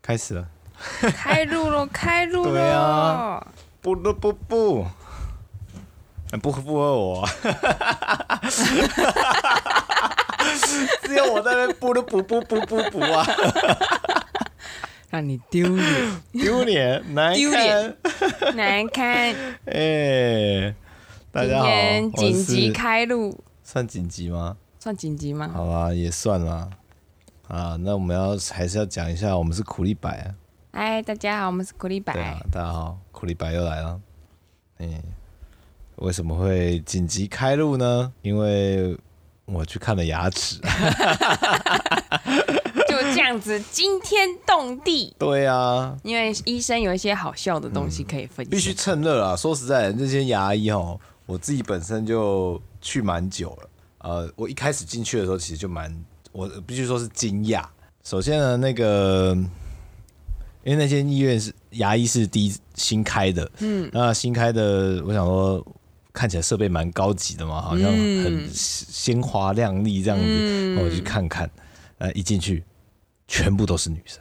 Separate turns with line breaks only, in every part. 开始了，
开路 喽，开路
对
喽
啊！不不不不，哎不附和我， 只有我在那边不不不不不不啊，
让你丢 脸，
丢脸难
丢
看
脸，难堪。
哎、 大
今
家好，
天
我
紧急
是
开路，
算紧急吗？
算紧急吗？
好吧，也算啦。啊，那我们要还是要讲一下，我们是苦力白啊，
哎，大家好，我们是苦力
对啊
白，，
大家好，苦力白又来了。嗯、为什么会紧急开录呢？因为我去看了牙齿。
就这样子惊天动地。
对啊，
因为医生有一些好笑的东西可以分享，
必须趁热啊！说实在的，那些牙医哦，我自己本身就去蛮久了。呃，我一开始进去的时候，其实就蛮，我必须说是惊讶。首先呢，那个因为那间医院是牙医是第一新开的，嗯，那新开的，我想说看起来设备蛮高级的嘛，好像很鲜华亮丽这样子，我就去看看。呃，一进去全部都是女生，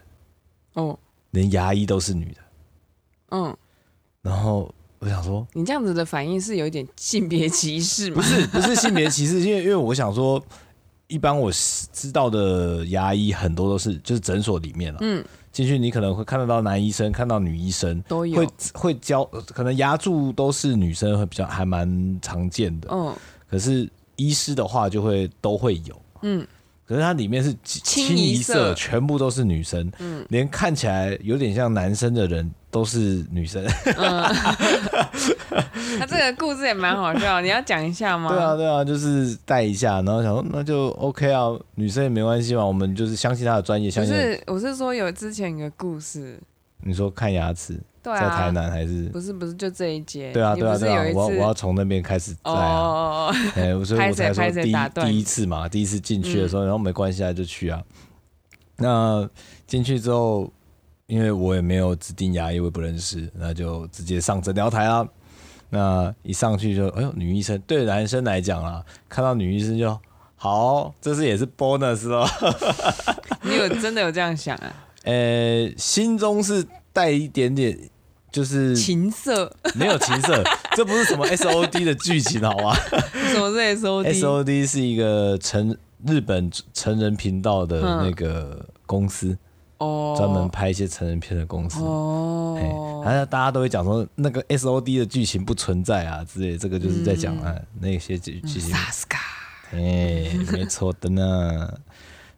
哦，
连牙医都是女的。
嗯，
然后我想说，
你这样子的反应是有一点性别歧视 吗？
是不是性别歧视？因为因为我想说，一般我知道的牙医很多都是就是诊所里面了，嗯，进去你可能会看得到男医生，看到女医生
都有
会会教，可能牙柱都是女生会比较还蛮常见的，
嗯，
可是医师的话就会都会有，
嗯。
可是它里面是
清
清
一
一
色嗯
色，全部都是女生，连看起来有点像男生的人都是女生。
嗯 他这个故事也蛮好笑，你要讲一下吗？
对啊，，对啊，就是带一下，然后想说那就 OK 啊，女生也没关系嘛，我们就是相信她的专业，
不
相信
是，我是说有之前有个故事，
你说看牙齿，
对啊，
在台南还是
不是不是就这一节，
对啊，
你
对啊，
不是
对啊
有一，次
我要我要从那边开始在
哦
啊，
哦，哦哦
哎，所以
拍
我才
谁
说
拍谁
第一
打断嗯
第一次嘛，第一次进去的时候，然后没关系啊，就去啊。那进去之后，因为我也没有指定牙医，我也不认识，那就直接上诊疗台啦。那一上去就，哎呦，女医生对男生来讲啊，看到女医生就好，这是也是 bonus 哦。
你有真的有这样想啊？
呃，心中是带一点点，就是
情色
没有情色，这不是什么 S O D 的剧情，好吗
什么是 S O D？
？S O D 是一个成日本成人频道的那个公司，
嗯哦
专门拍一些成人片的公司。哎，
哦，
然后大家都会讲说那个 S O D 的剧情不存在啊之类，这个就是在讲
嗯
啊、那些剧剧情
萨斯卡，
哎、没错的呢。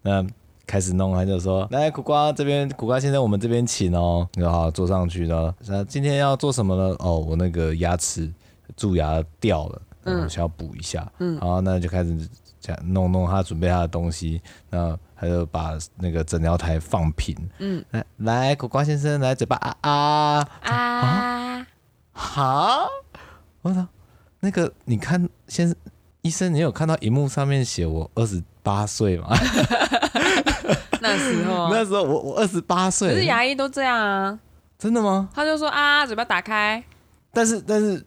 那开始弄，他就说：“来，苦瓜这边，苦瓜先生，我们这边请哦。”然后坐上去了。那今天要做什么呢？哦，我那个牙齿蛀牙掉了，嗯，我想要补一下。嗯，然后那就开始讲弄弄他准备他的东西，那他就把那个诊疗台放平。嗯，来来，苦瓜先生，来嘴巴啊啊，
啊，
哈，我操，那个你看，先生医生，你有看到荧幕上面写我二十八岁吗？
那时候
那时候我我二十八岁，
哦可是牙医都这样啊，
真的吗？
他就说啊，嘴巴打开，
但是但是，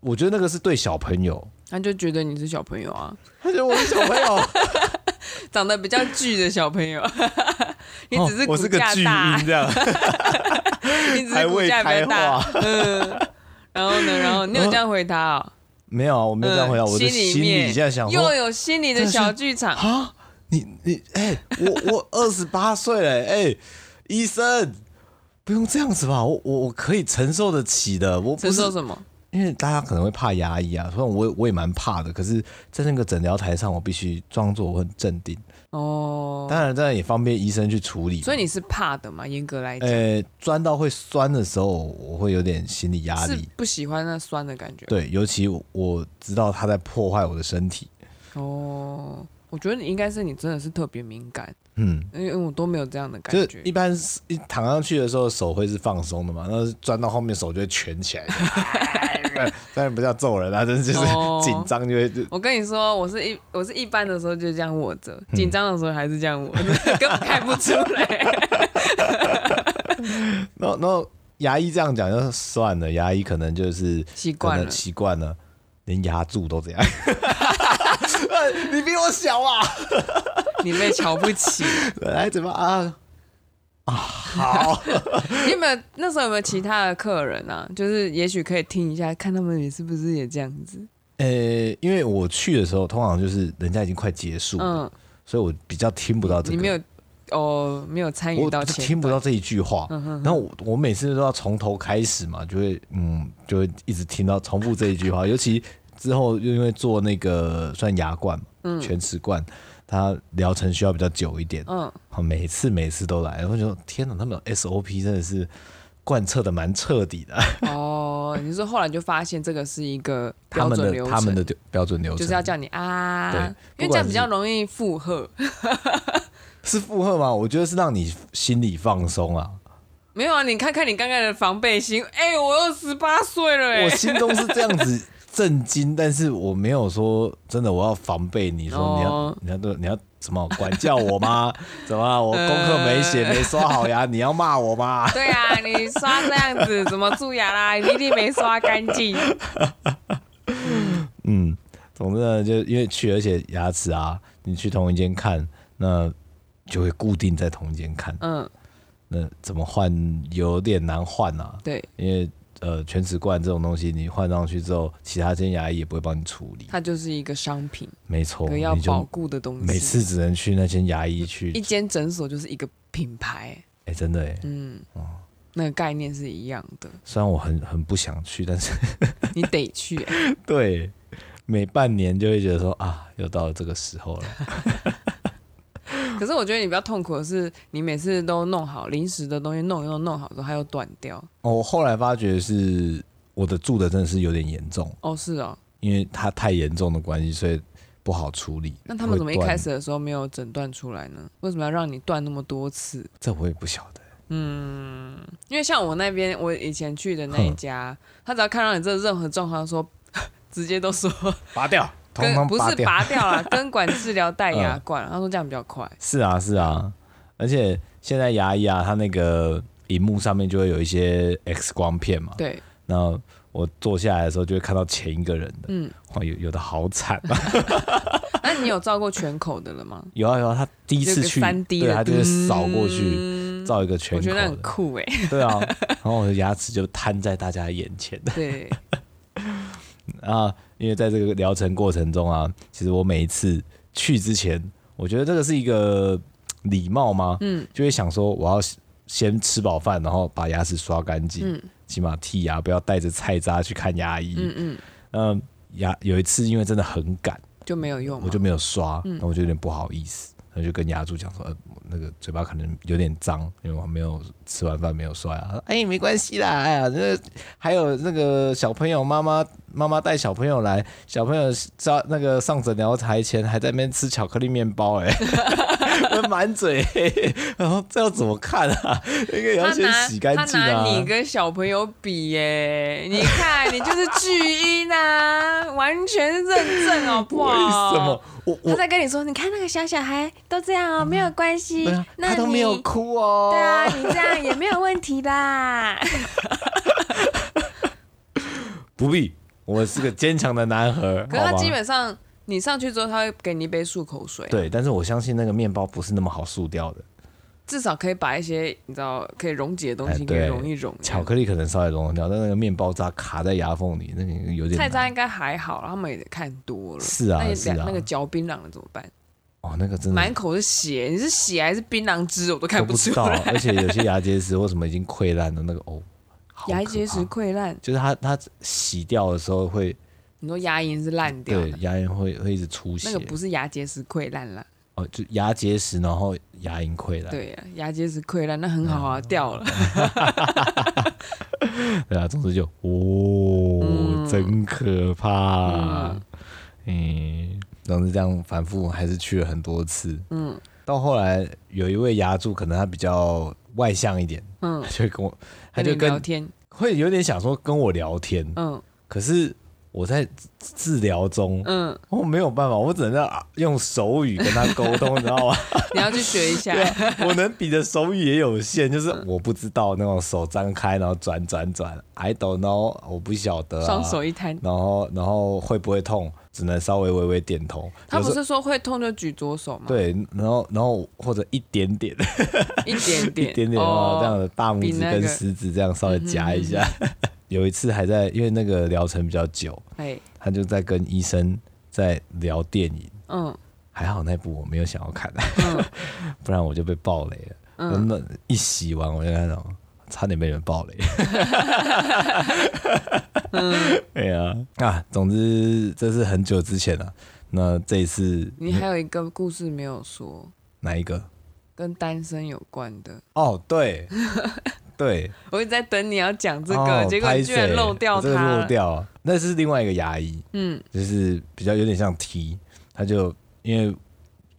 我觉得那个是对小朋友，
他就觉得你是小朋友啊，
他觉得我是小朋友，
长得比较巨的小朋友，你只
哦
是
我
骨
是个
架
巨
大，
婴这 样，
你只
还
是骨
未
架比
开
较大
化，，
嗯。然后呢？然后你有这样回答哦？
没有啊，我没有这样回答，
嗯
我的
心
心
面
里现在想
又
说
有心里的小剧场，
啊，你你哎、我我二十八岁了，哎、医生。不用这样子吧，我我我可以承受得起的，我不
承
是
受什么？
因为大家可能会怕牙医啊，虽然我也我也蛮怕的，可是，在那个诊疗台上，我必须装作我很镇定。
哦，
当然，这样也方便医生去处理。
所以你是怕的嘛？严格来讲，
呃，钻到会酸的时候，我会有点心理压
是
力。
不喜欢那酸的感觉。
对，尤其我我知道他在破坏我的身体。
哦，我觉得你应该是你真的是特别敏感，
嗯，
因为我都没有这样的感
就
觉
是一。般是一躺上去的时候，手会是放松的嘛，那钻到后面手就会蜷起 来。 当然不叫揍人啊，真是就是
哦
紧张就会就
我跟你说，我是一我是一般的时候就这样握着，
嗯
紧张的时候还是这样握着， 根本看不出来。
然后然后牙医这样讲就算了，牙医可能就是
习惯了
真的习惯了，连牙柱都这样。 你比我小啊！
你被瞧不起，
来，怎么啊？ 好，
你有没有那时候有没有其他的客人啊？就是也许可以听一下，看他们也是不是也这样子。
呃、因为我去的时候，通常就是人家已经快结束了，
嗯，
所以我比较听不到这个。
你没有哦，没有参与
我
到
就
前
听不
段
到这一句话，
嗯
然后我我每次都要从头开始嘛，就会嗯，就会一直听到重复这一句话，尤其之后又因为做那个算牙冠嘛，
嗯
全瓷冠，它疗程需要比较久一点，
嗯，
好，每次每次都来，然后就说天哪，他们的 SOP 真的是贯彻的蛮彻底的，
哦，你是说后来就发现这个是一个
他
标
们
准流
的
程，
他们的流标准流程
就是要叫你啊，
对
因为
不管
这样比较
是
容易负荷。
是负荷吗？我觉得是让你心里放松啊，
没有啊，你看看你刚刚的防备心，哎、我二十八岁了、哎
我心中是这样子震惊，但是我没有说真的，我要防备你说你要、
哦
你要对你要什么管教我吗？ 怎么了啊我功课没写、没刷好呀？你要骂我吗？
对啊， 你刷这样子怎么蛀牙啦？你一定没刷干 净。
嗯，总之呢，就因为去，而且牙齿啊，你去同一间看，那就会固定在同一间看，
嗯，
那怎么换有点难换啊，
对，
因为。呃，全瓷冠这种东西，你换上去之后，其他间牙医也不会帮你处理。
它就是一个商品，
没
一
错，
个要
哦你
保
就
护的东西。
每次只能去那间牙医去
一间诊所就是一个品牌，
哎、真的哎、
嗯，那个概念是一样的，
虽然我很很不想去，但是
你得去、哎
对每半年就会觉得说啊，又到了这个时候了。
可是我觉得你比较痛苦的是，你每次都弄好临时的东西，弄一弄弄好之后，它又断掉。
哦，我后来发觉是我的住的真的是有点严重，
哦，是哦，
因为它太严重的关系，所以不好处理。
那他们怎么一
会断
开？始的时候没有诊断出来呢？为什么要让你断那么多次？
这我也不晓得。
因为像我那边，我以前去的那一家，他只要看到你这任何状况，他说 直接都说
拔掉，通
跟
通
不是
掉。嗯
拔掉 啦，根管治疗带牙冠，他说这样比较快。
是啊，是啊，而且现在牙医啊，它那个荧幕上面就会有一些 X 光片嘛。
对，
那我坐下来的时候，就会看到前一个人的，
嗯，
哇，有有的好惨啊。
那你有照过全口的了吗？
有啊有啊，他第一
有
次
个
去，
三 D
对，
的，
他就会扫过去，
嗯
照一个全
我
口
觉得很
的，
酷哎、
对啊，然后我的牙齿就摊在大家眼前
对，
啊，因为在这个疗程过程中啊，其实我每一次去之前，我觉得这个是一个嘖礼貌吗？
嗯，
就会想说我要先吃饱饭，然后把牙齿刷干净，
嗯
起码剔牙，不要带着菜渣去看牙医。
嗯嗯，
嗯，牙有一次因为真的很赶。
就没有用嘛。
我就没有刷，
嗯
然后我就有点不好意思，然后就跟牙柱讲说，呃，那个嘴巴可能有点脏，因为我没有吃完饭没有刷牙。他说哎、没关系啦，哎呀，那还有那个小朋友妈妈妈妈带小朋友来，小朋友上那个上诊疗台前还在那边吃巧克力面包、哎， 我满嘴黑，然后这要怎么看啊？应该也要
他
先
拿
洗干净
他
啊
拿。你跟小朋友比耶、 你看你就是巨婴啊， 完全是认证好不
为
好？
什么？我
他
我
在跟你说，你看那个小小孩都这样哦，没有关系
对啊，，
那
他
你
都没有哭哦。
对啊，你这样也没有问题 啦。
不必，我是个坚强的男孩。
可是
好
他
吧
基本上你上去之后，他会给你一杯漱口水，
对，但是我相信那个面包不是那么好塑掉的，
至少可以把一些你知道可以溶解的东
哎
西给
对
溶一溶。
巧克力可能稍微融得掉，但那个面包渣卡在牙缝里，那个有点
菜
难。
渣应该还好，他们也看多了。
是啊
那你
是啊
哎两那个嚼槟榔的怎么办？
哦，那个真的
满口是血，你是血还是槟榔汁，我
都
都看
不
出
知道，
来。
而且有些牙结石或什么已经溃烂了，那个哦，好
牙
可
结
怕
石溃烂，
就是它它洗掉的时候会
你说牙龈是烂掉
对
的，
牙龈会会一直出血
啊那个，不是牙结石溃烂啦。
哦，就牙结石然后牙龈溃烂，
对呀、啊牙结石溃烂，那很好啊，掉了。
对啊，总之就
嗯
哦，真可怕。嗯，总之这样反复还是去了很多次。嗯，到后来有一位牙柱，可能他比较外向一点，
嗯
他，就跟我，他
跟
就
你聊
跟
天，
会有点想说跟我聊天，
嗯
可是我在治治疗中。
嗯，
我没有办法，我只能让啊用手语跟他沟通，你知 道吗？
你要去学一下。
对啊，我能比的手语也有限，就是我不知道那种手张开然后转转转，I don't know，我不晓得、啊。
双手一摊，
然后然后会不会痛？只能稍微微微点头。
他
有
不
时候
是说会痛就举左手吗？，
对，然后然后或者一点点
一点
一
点，
点点
哦
哦，这样的大拇
比
指
那
跟
个嗯
食指这样稍微夹一下。 有一次还在，因为那个疗程比较久，
哎，
他就在跟医生在聊电影。
嗯，
还好那部我没有想要看， 不然我就被爆雷了。我
嗯
那一洗完我就看到，差点被你们爆雷。
嗯
对啊，啊，总之这是很久之前了、那这一次
你还有一个故事没有说，
哪一个？
跟单身有关的。
哦， 对，对，
我一直在等你要讲这
哦
个，结果
拍
你居然
谁
漏掉
我真的
它
漏。掉啊。那是另外一个牙医，
嗯
就是比较有点像 T，他就因为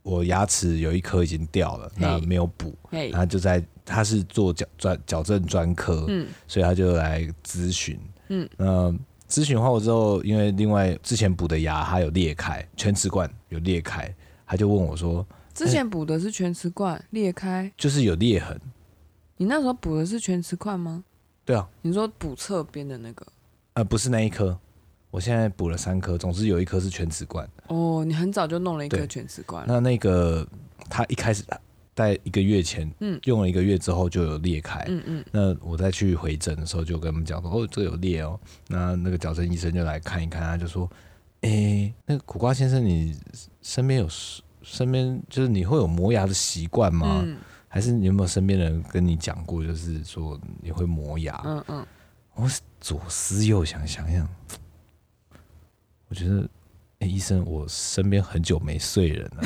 我牙齿有一颗已经掉了，那
嘿
没有补，
嘿
他就在他是做矫专矫正专科，
嗯
所以他就来咨询，
嗯，
那咨询后之后，因为另外之前补的牙它有裂开，全齿冠有裂开，他就问我说，
之前补的是全瓷冠裂开，
就是有裂痕，
你那时候补的是全瓷冠吗？
对啊，
你说补侧边的那个？
呃，不是那一颗，我现在补了三颗，总之有一颗是全齿冠，
哦，你很早就弄了一颗
对
全瓷冠了。
那那个他一开始在一个月前，
嗯
用了一个月之后就有裂开，
嗯嗯
那我再去回诊的时候，就跟他们讲说，哦，这个有裂哦。那那个矫正医生就来看一看，他就说，诶、那个苦瓜先生，你身边有身边就是你会有磨牙的习惯吗？
嗯
还是你有没有身边的人跟你讲过，就是说你会磨牙？
嗯嗯，
我左思右想，想想，我觉得，哎、医生，我身边很久没睡人了。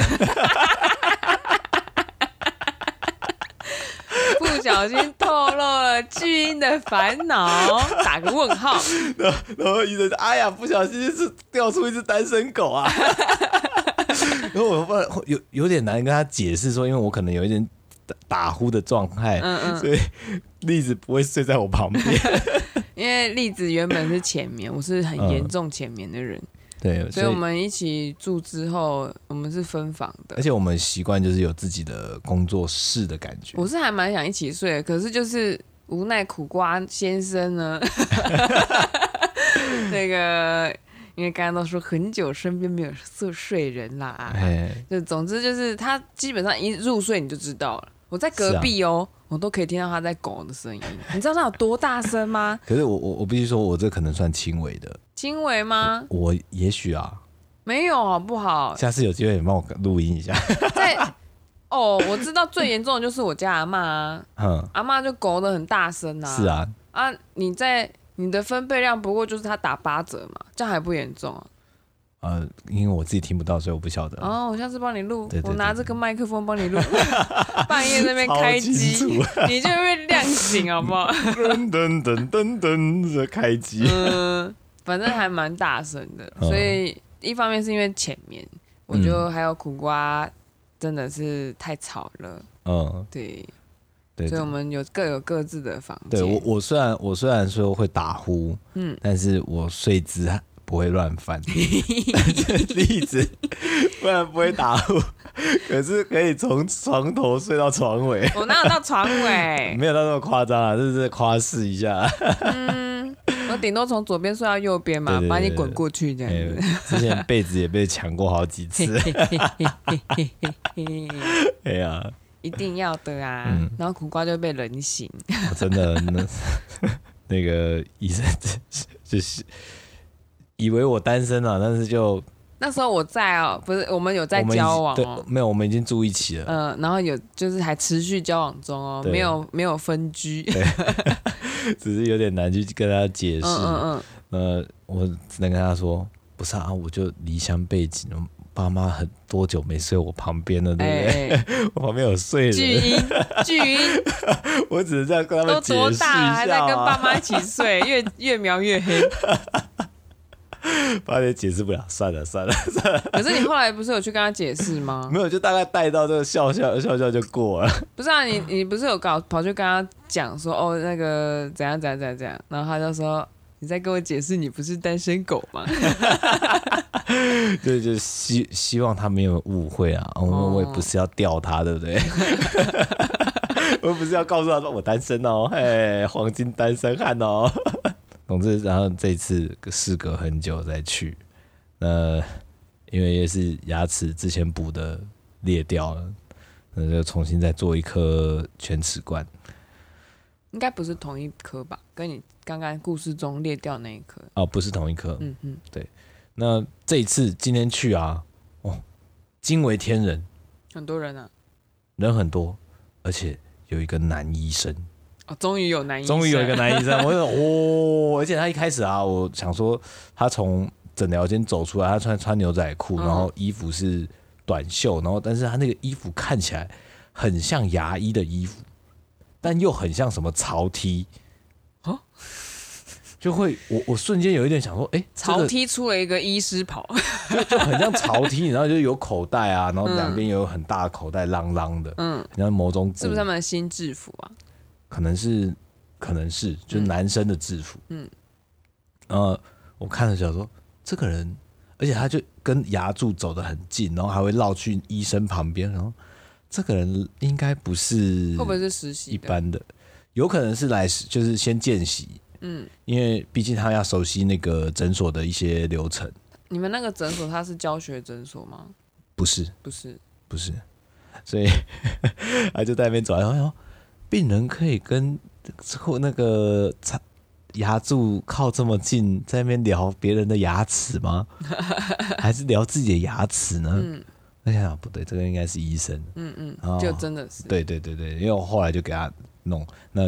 不小心透露了巨婴的烦 恼，打个问号。
然后医生说：“哎呀，不小心是掉出一只单身狗 啊。”然后我发有有点难跟他解释说，因为我可能有一点打打呼的状态，
嗯嗯，
所以栗子不会睡在我旁边。
因为栗子原本是浅眠，我是很严重浅眠的人，
对，
嗯呃所以我们一起住之后，我们是分房的
而。且我们习惯就是有自己的工作室的感觉
我。是还蛮想一起睡的，可是就是无奈苦瓜先生呢， 那个因为刚刚都说很久身边没有睡睡人啦，
哎，
就总之就是他基本上一入睡你就知道了。我在隔壁哦，
啊
我都可以听到他在狗的声音，你知道他有多大 声吗？
可是我我我必须说，我这可能算轻微的。
轻微吗？
我也许啊，
没有好不好？
下次有机会你帮我录音一下。
在哦，我知道最严重的就是我家阿妈、啊，
嗯，
阿妈就狗的很大声呐、
是啊，
啊，你在你的分贝量不过就是他打八折嘛，这样还不严重啊？
呃，因为我自己听不到，所以我不晓得。
哦，我下次帮你录，
对对对
我拿这个麦克风帮你录， 半夜那边
超
开
清
机
楚，
你就会亮醒好不好？
噔噔噔噔噔，这开机。
嗯，反正还蛮大声的，
嗯
所以一方面是因为前面，我
嗯
就还有苦瓜真的是太吵了，
嗯，
对，
对
所以我
对
们有各有各自的房间。
对，我我虽然我虽然说会打呼，
嗯
但是我睡姿不会乱 翻，例子，不然不会打呼，可是可以从床头睡到床尾，
我哪有到床尾？
没有到那么夸张啊，这是夸饰一下。
嗯，我顶多从左边睡到右边嘛
对对，对
把你滚过去这样
哎
子。
之前被子也被抢过好几 次，哎呀，
一定要的啊！
嗯
然后苦瓜就被冷醒，
我 真的那那个医生就是以为我单身了、啊但是就
那时候我在哦，不是我们有在
我们已
交
经
往哦
对，，没有，我们已经住一起了。
嗯、然后有就是还持续交往中哦，
对
没有没有分居，
只是有点难去跟他解释。
嗯嗯
呃，我只能跟他说，不是啊，我就离乡背景，我爸妈很多久没睡我旁边了，
嗯，
对不对？
哎、哎
我旁边有睡
巨
人，
婴巨婴
我只是这样 跟他
都
们解
多
释一
大了还在
下、
跟爸
啊，
妈一起睡，越越描越黑。
爸也解释不了，算了算了，
可是你后来不是有去跟他解释吗？
没有，就大概带到这个笑笑笑笑就过了。
不是啊，你你不是有搞跑去跟他讲说哦那个怎样怎样怎样怎样，然后他就说你在跟我解释你不是单身狗吗？
对，就希希望他没有误会啊，我、
哦
我也不是要吊他，对不 对？我不是要告诉他说我单身哦，嘿，黄金单身汉哦。总之，然后这一次事隔很久再去，那因为也是牙齿之前补的裂掉了，那就重新再做一颗全齿冠。
应该不是同一颗吧？跟你刚刚故事中裂掉那一颗，
哦，不是同一颗。
嗯嗯，
那这一次今天去啊，哦，惊为天人，
很多人啊，
人很多，而且有一个男医生，
哦，终于有男医生，
终于有一个男医生，我就哦，而且他一开始啊，我想说他从诊疗间走出来，他穿穿牛仔裤，
嗯
然后衣服是短袖，然后但是他那个衣服看起来很像牙医的衣服，但又很像什么潮 T
哦
就会我我瞬间有一点想说，哎、这
潮
个
踢出了一个医师袍，
就很像潮 T，然后就有口袋啊，然后
嗯
两边也有很大的口袋，啷啷的，
嗯，
很像某种
是不是他们的新制服啊？
可能是可能是就是男生的制服，
嗯
嗯，呃，我看了想说这个人，而且他就跟牙柱走得很近，然后还会绕去医生旁边，然后这个人应该不是
会不会是实习
嗯一
的？
般的，有可能是来就是先见习，
嗯，
因为毕竟他要熟悉那个诊所的一些流程，
你们那个诊所它是教学诊所吗？
不是
不是，
不是，所以 他就在那边走，然后说病人可以跟后那个擦牙柱靠这么近，在那边聊别人的牙齿吗？ 还是聊自己的牙齿呢？
嗯
我想想不对，这个应该是医生。
嗯嗯，
哦
就真的是，
对对对对，因为我后来就给他弄。那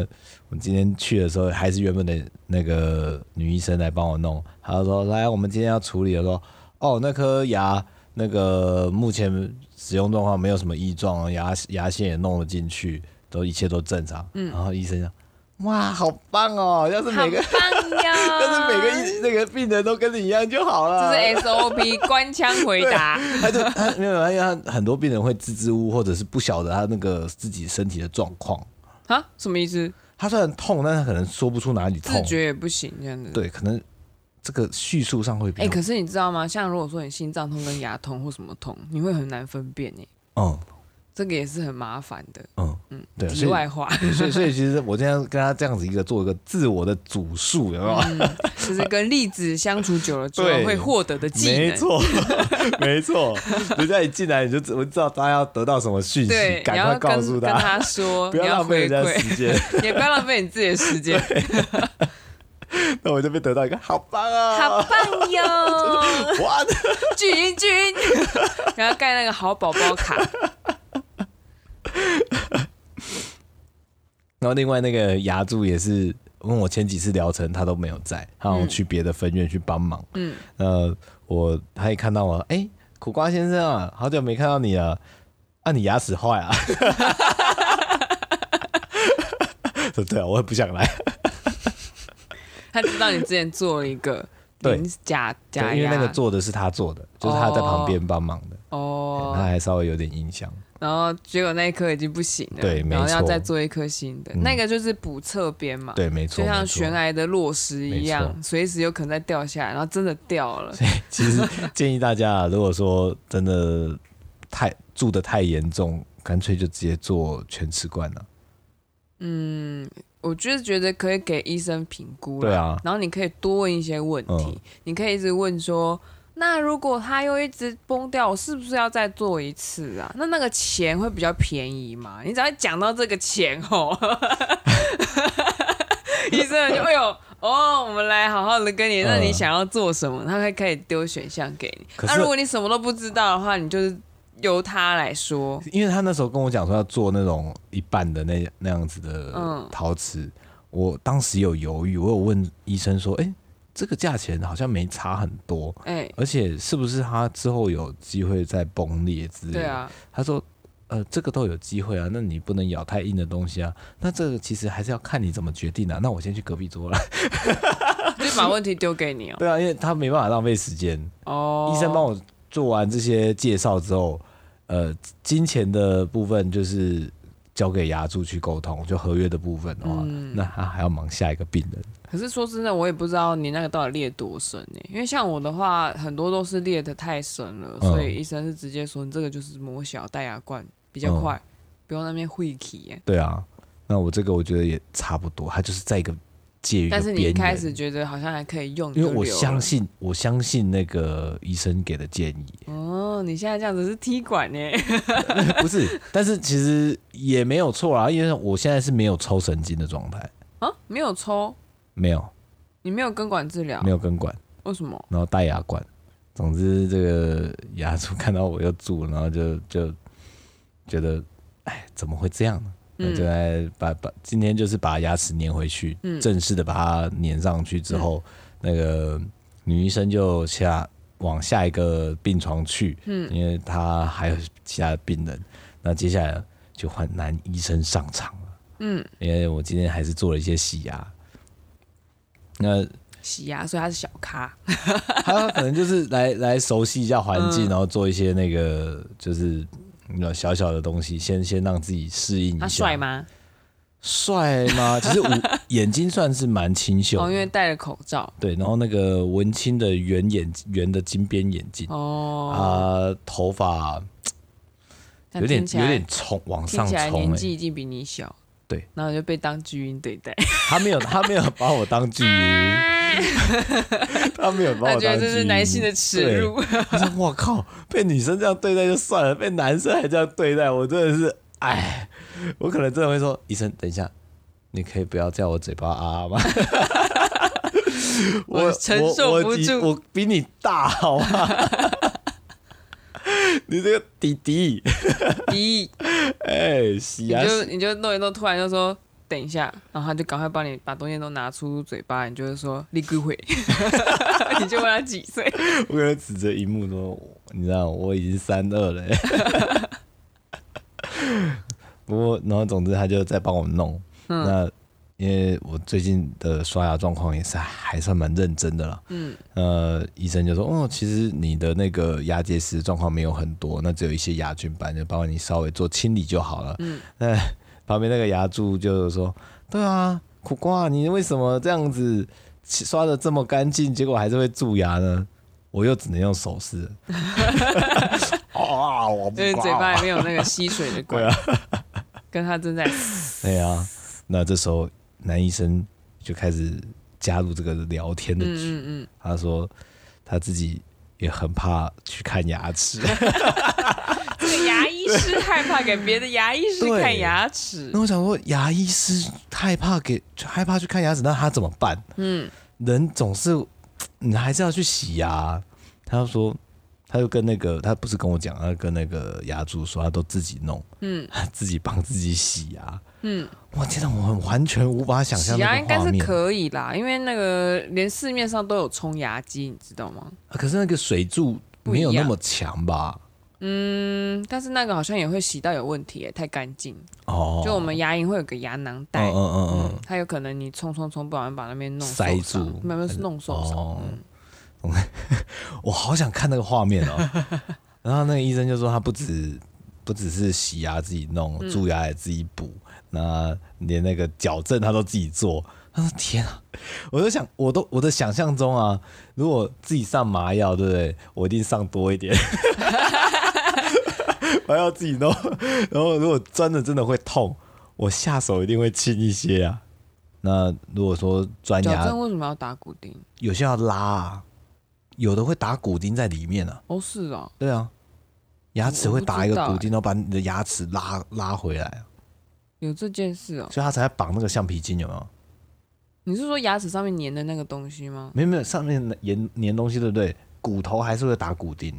我今天去的时候，还是原本的那个女医生来帮我弄。她就说：“来，我们今天要处理的说，哦，那颗牙那个目前使用状况没有什么异状，牙牙线也弄了进去，都一切都正常。”嗯，然后医生讲：“哇，好棒哦！要是
好
每 个
棒
要
呀！
是每个医那个病人都跟你一样就好了。”
这是 SOP 官腔回答，
他就他没有，因为他很多病人会支支吾吾，或者是不晓得他那个自己身体的状况。
啊，什么意思？
他虽然痛，但他可能说不出哪里
自
痛。
觉也不行这样子。，
对，可能这个叙述上会比
哎、
较、
可是你知道吗？像如果说你心脏痛跟牙痛或什么痛，你会很难分辨哎，
嗯
这个也是很麻烦的。
嗯嗯，对，
题
所以
外话，
所以所以其实我今天跟他这样子一个做一个自我的主述，有没有？
嗯 就是跟粒子相处久了之后
对
会获得的技
没
能。
错，没错，人家一进来你就知我知道他要得到什么讯
对
息，，
你
赶
要
快告
跟
诉
跟
他，
他说，
不
你
浪费
回
人家
馈，
时间。
也不要浪费你自己的时间。
那我就被得到一个好棒啊！
好棒哟，
哇，
巨婴巨婴， 然后盖那个好宝宝卡，
然后另外那个牙柱也是，因为我前几次疗程他都没有在，他好像去别的分院去帮忙。
嗯，
呃，我他一看到我，哎、苦瓜先生啊，好久没看到你了，啊，你牙齿坏啊？说对啊，我也不想来，
他知道你之前做了一个
对
零假
对
假
啊因为那个
牙
做的是他做的，就是他在旁边帮忙的，
哦
他，还稍微有点印象。
然后结果那一颗已经不行了，
对没
然后要
错嗯
再做一颗新的，那个就是补侧边嘛，，
对，没错，
就像
没错
悬。崖的落石一
没
样，
错
随时有可能再掉下来，然后真的 掉了，
其实建议大家，啊，如果说真的太住的太严重，干脆就直接做全瓷冠啊了。
我就是觉得可以给医生评估了，
对啊
然后你可以多问一些问题，
嗯
你可以一直问说，那如果它又一直崩掉，我是不是要再做一次啊？那那个钱会比较便宜吗？你只要讲到这个钱吼， 医生就哎呦。哦，我们来好好的跟你，
嗯
那你想要做什么？他会可以丢选项给你。
可是
那如果你什么都不知道的话，你就是由他来说。
因为他那时候跟我讲说要做那种一半的那那样子
嗯
的陶瓷，我当时有犹豫，我有问医生说，哎、这个价钱好像没差很多，
哎、
而且是不是他之后有机会再崩裂之类的？
对啊，
他说。呃，这个都有机会啊，那你不能咬太硬的东西啊。那这个其实还是要看你怎么决定啊。那我先去隔壁桌 了。
就把问题丢给你哦。
对啊，因为他没办法浪费时间。
哦，
医生帮我做完这些介绍之后，呃，金钱的部分就是交给牙柱去沟通，就合约的部分的话，
嗯
那他还要忙下一个病人。
可是说真的，我也不知道你那个到底裂多深呢、因为像我的话，很多都是裂的太深了，
嗯
所以医生是直接说你这个就是磨小戴牙冠比较快，
嗯
不用那边会起耶、
对啊，那我这个我觉得也差不多，他就是在一个介于的
但是你一
边
开
缘。
始觉得好像还可以用，
因为
就
我
留了
相信，我相信那个医生给的建议，
哦，你现在这样子是踢馆呢？欸
不是，但是其实也没有错啦，因为我现在是没有抽神经的状态，
啊，没有抽，
没有，
你没有根管治疗
没，有根管，
为什么？
然后戴牙管，总之这个牙主看到我又蛀，然后就就觉得，哎，怎么会这样呢？那就来把把今天就是把牙齿粘回去，正式的把它粘上去之后，那个女医生就下往下一个病床去，因为她还有其他的病人。那接下来就换男医生上场了，嗯，因为我今天还是做了一些洗牙，那
洗牙，所以他是小咖，
他可能就是来来熟悉一下环
嗯
境，然后做一些那个就是那小小的东西，先先让自己适应一下。
他啊帅？吗？
帅 吗？其实我眼睛算是蛮清秀的，
哦，因为戴了口罩。
对，然后那个文青的圆眼圆的金边眼镜，啊、
哦，
头发
那
有点
听起来
有点冲往
听
上
起来
冲、
年
欸，
纪已经比你小，
对，
然后就被当巨婴对待，
他没有他没有把我当巨 婴，他没有把
他
我当巨婴，
觉得这是男性 的耻辱。
他说：“我靠，被女生这样对待就算了，被男生还这样对待，我真的是，哎，我可能真的会说，医生，等一下，你可以不要叫我嘴巴啊吗？
我承受
我
不
比
住
我比你大好吗？ 你这个弟弟，
咦，
哎，洗
你
牙
就你就弄一弄，突然就说等一下，然后他就赶快帮你把东西都拿出嘴巴，你就会说立归回， 你就问他几岁，
我可能指着荧幕说：“你知道我已经三二了、欸。”不过，然后总之他就在帮我弄。那因为我最近的刷牙状况也是还算蛮认真的啦。嗯。呃，医生就说：“哦，其实你的那个牙结石状况没有很多，那只有一些牙菌斑，就帮你稍微做清理就好了。”嗯。那旁边那个牙柱就说：“对啊，苦瓜，你为什么这样子刷的这么干净，结果还是会蛀牙呢？”我又只能用手势。啊，我不
就是
刮
嘴巴里面有那个吸水的
啊
管，跟他 正在
对啊，那这时候男医生就开始加入这个聊天的局。
嗯嗯
他说他自己也很怕去看牙 齿，
嗯，这个牙医师害怕给别的牙医师
对
看牙齿
那，我想说，牙医师害怕给害怕去看牙齿，那他怎么办？
嗯，
人总是你还是要去洗牙、他就说，他就跟那个他不是跟我讲，他跟那个牙柱说，他都自己弄，
嗯，
他 自己帮自己洗牙。
嗯，
我天哪，我很完全无法想象
洗
那
牙
个
应该
画
是
面。
可以啦，因为那个连市面上都有冲牙机，你知道吗？
啊可是那个水柱没有那么强吧？
嗯，但是那个好像也会洗到有问题耶，太干净。
哦，
就我们牙龈会有个牙囊
嗯
袋，
嗯嗯
它有可能你冲冲冲，不小心把那边弄
塞
受伤
住
没有没有是弄受
嗯，
伤。
哦，懂我好想看那个画面哦。 然后那个医生就说，他不止不只是洗牙自己弄，
嗯
蛀牙也自己补，那连那个矫正他都自己做。他说：“天啊！”我就想，我都我的想象中啊，如果自己上麻药，对不对？我一定上多一点， 麻药自己弄。然后如果钻的真的会痛，我下手一定会轻一些啊。那如果说钻
矫
牙
正为什么要打骨钉？
有些要拉、啊，有的会打骨钉在里面啊。
哦，是哦，
对啊，牙齿
我
会
不
打
知
一个
道
骨
欸
钉，然后把你的牙齿拉拉回来啊，
有这件事哦。
所以他才绑那个橡皮筋，有没有？
你是说牙齿上面粘的那个东西吗？
没有没有，上面粘粘东西，对不对？骨头还是会打骨钉，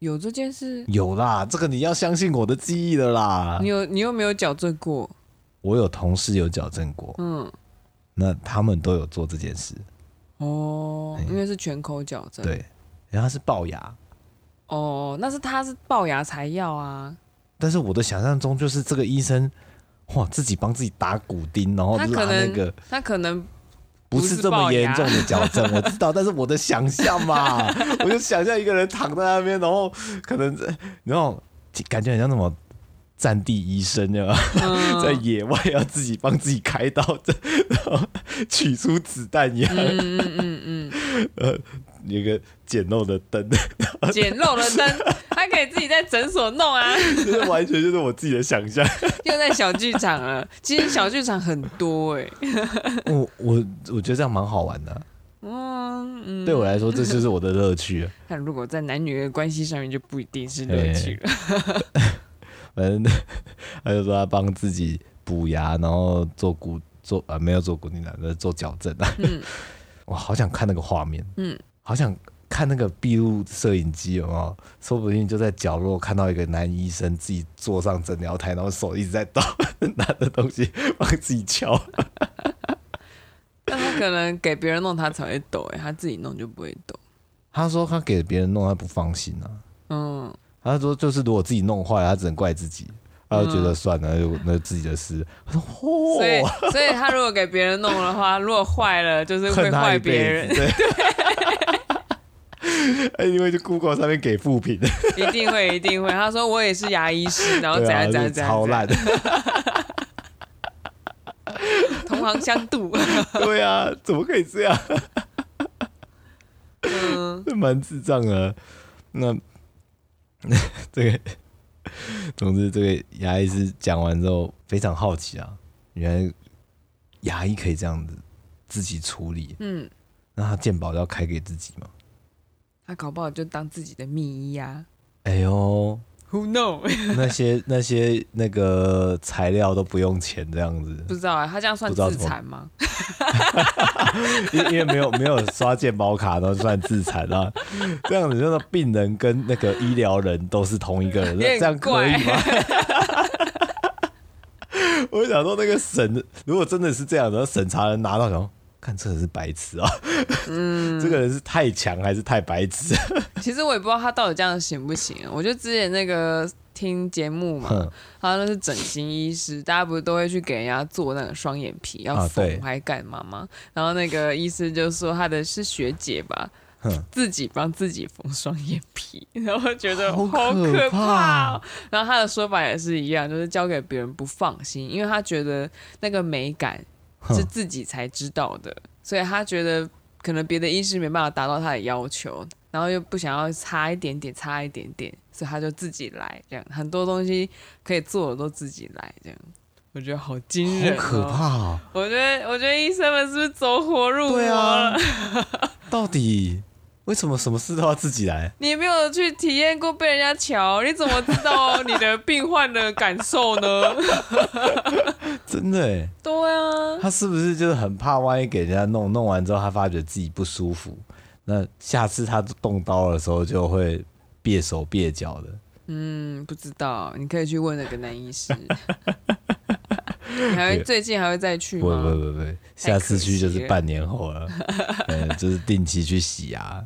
有这件事？
有啦，这个你要相信我的记忆的啦
你。有你又没有矫正过？
我有同事有矫正过，
嗯，
那他们都有做这件事，
哦
哎，
因为是全口矫正。
对，然后他是龅牙，
哦，那是他是龅牙才要啊，
但是我的想象中就是这个医生，哇，自己帮自己打骨钉，然后
他
哦拉
可
那
能
个。
他可能
不是这么严重的矫正，我知道，但是我的想象 嘛，我就想象一个人躺在那边，然后可能在，然后感觉很像什么战地医生啊，
嗯
在野外要 自己帮自己开刀，这然后取出子弹一样。
嗯嗯嗯嗯，
呃，一个简陋的灯，
简陋的 灯，还可以自己在诊所弄啊，
就是完全就是我自己的想 象。
又在小剧场了。其实小剧场很多哎、
我我我觉得这样蛮好玩的啊、
嗯嗯，
对我来说这就是我的乐趣啊。
但如果在男女的关系上面，就不一定是乐趣了。
反正 他就说他帮自己补牙，然后做骨做呃没有做骨钉的，就是做矫正啊。
嗯
我好想看那个画面，
嗯，
好想看那个闭路摄影机有没有？说不定就在角落看到一个男医生自己坐上诊疗台，然后手一直在抖， 拿着东西帮自己敲。
但他可能给别人弄，他才会抖哎、他自己弄就不会抖。
他说他给别人弄，他不放心啊。
嗯，
他说就是如果自己弄坏了，他只能怪自己。他就觉得算了，那就那就自己的事。他说：“哦嚯、
嗯所以所以他如果给别人弄的话，如果坏了，就是会
恨他
坏
一
别
辈
人
子。，对。因为就 Google 上面给负评，
一定会一定会。他说我也是牙医师，然后
对
怎
啊，
样
就
怎样
是
怎
超烂，
样，同行相妒。
对啊，怎么可以这样？
嗯，
蛮智障的。那 这个，总之这个牙医师讲完之后，非常好奇啊，原来牙医可以这样子自己处理。
嗯，
那他健保要开给自己吗？
他搞不好就当自己的秘医啊。
哎呦，
Who know？
那些那些那个材料都不用钱，这样子，
不知道啊，他这样算
不知道
自
怎么
残吗？
因因为没有没有刷健保卡，然后算自残啊，这样子就是病人跟那个医疗人都是同一个人，
有
那这样
点
可
怪
以吗？ 我想说那个审，如果真的是这样，然后审查人拿到，想说看这个人是白痴啊，这个人是太强还是太白痴？
其实我也不知道他到底这样行不行。我就之前那个听节目嘛，
哼
他那是整形医师，大家不是都会去给人家做那个双眼皮，要
啊
缝
对
还干嘛吗？然后那个医师就说他的是学姐吧
哼。
自己帮自己缝双眼皮，然后觉得
好
好
可
可怕、
怕
哦。然后他的说法也是一样，就是交给别人不放心，因为他觉得那个美感是
哼
自己才知道的，所以他觉得可能别的医师没办法达到他的要求，然后又不想要差一点点，差一点点，所以他就自己来，这样很多东西可以做的都自己来，这样我觉得好惊
好
人、
可！怕哦！
我觉得，我觉得医生们是不是走火入魔
对
了？
啊，到底为什么什么事都要自己来？
你没有去体验过被人家瞧，你怎么知道你的病患的感受呢？
真的欸
对 啊，
他是不是就是很怕，万一给人家弄弄完之后，他发觉自己不舒服，那下次他动刀的时候就会蹩手蹩脚的。
嗯，不知道，你可以去问那个男医师。你还会最近还会再去
不不
吗？
不不，下次去就是半年后 了，嗯，就是定期去洗牙。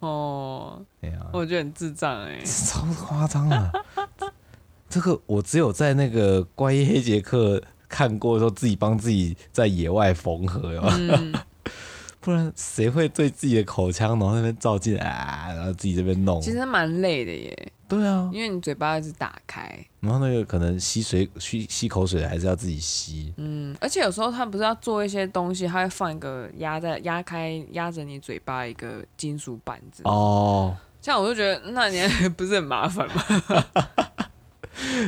哦，
哎呀、
我觉得很智障哎、
超夸张啊！ 这个我只有在那个怪医黑杰克看过，说自己帮自己在野外缝合哟，
嗯
不然谁会对自己的口腔然后那边照镜啊，然后自己这边弄？
其实蛮累的耶，
对啊，
因为你嘴巴一直打开，
然后那个可能吸水吸吸口水还是要自己吸，
嗯，而且有时候他不是要做一些东西，他会放一个压在压开压着你嘴巴一个金属板子，
哦，
这样我就觉得那你 不是很麻烦吗？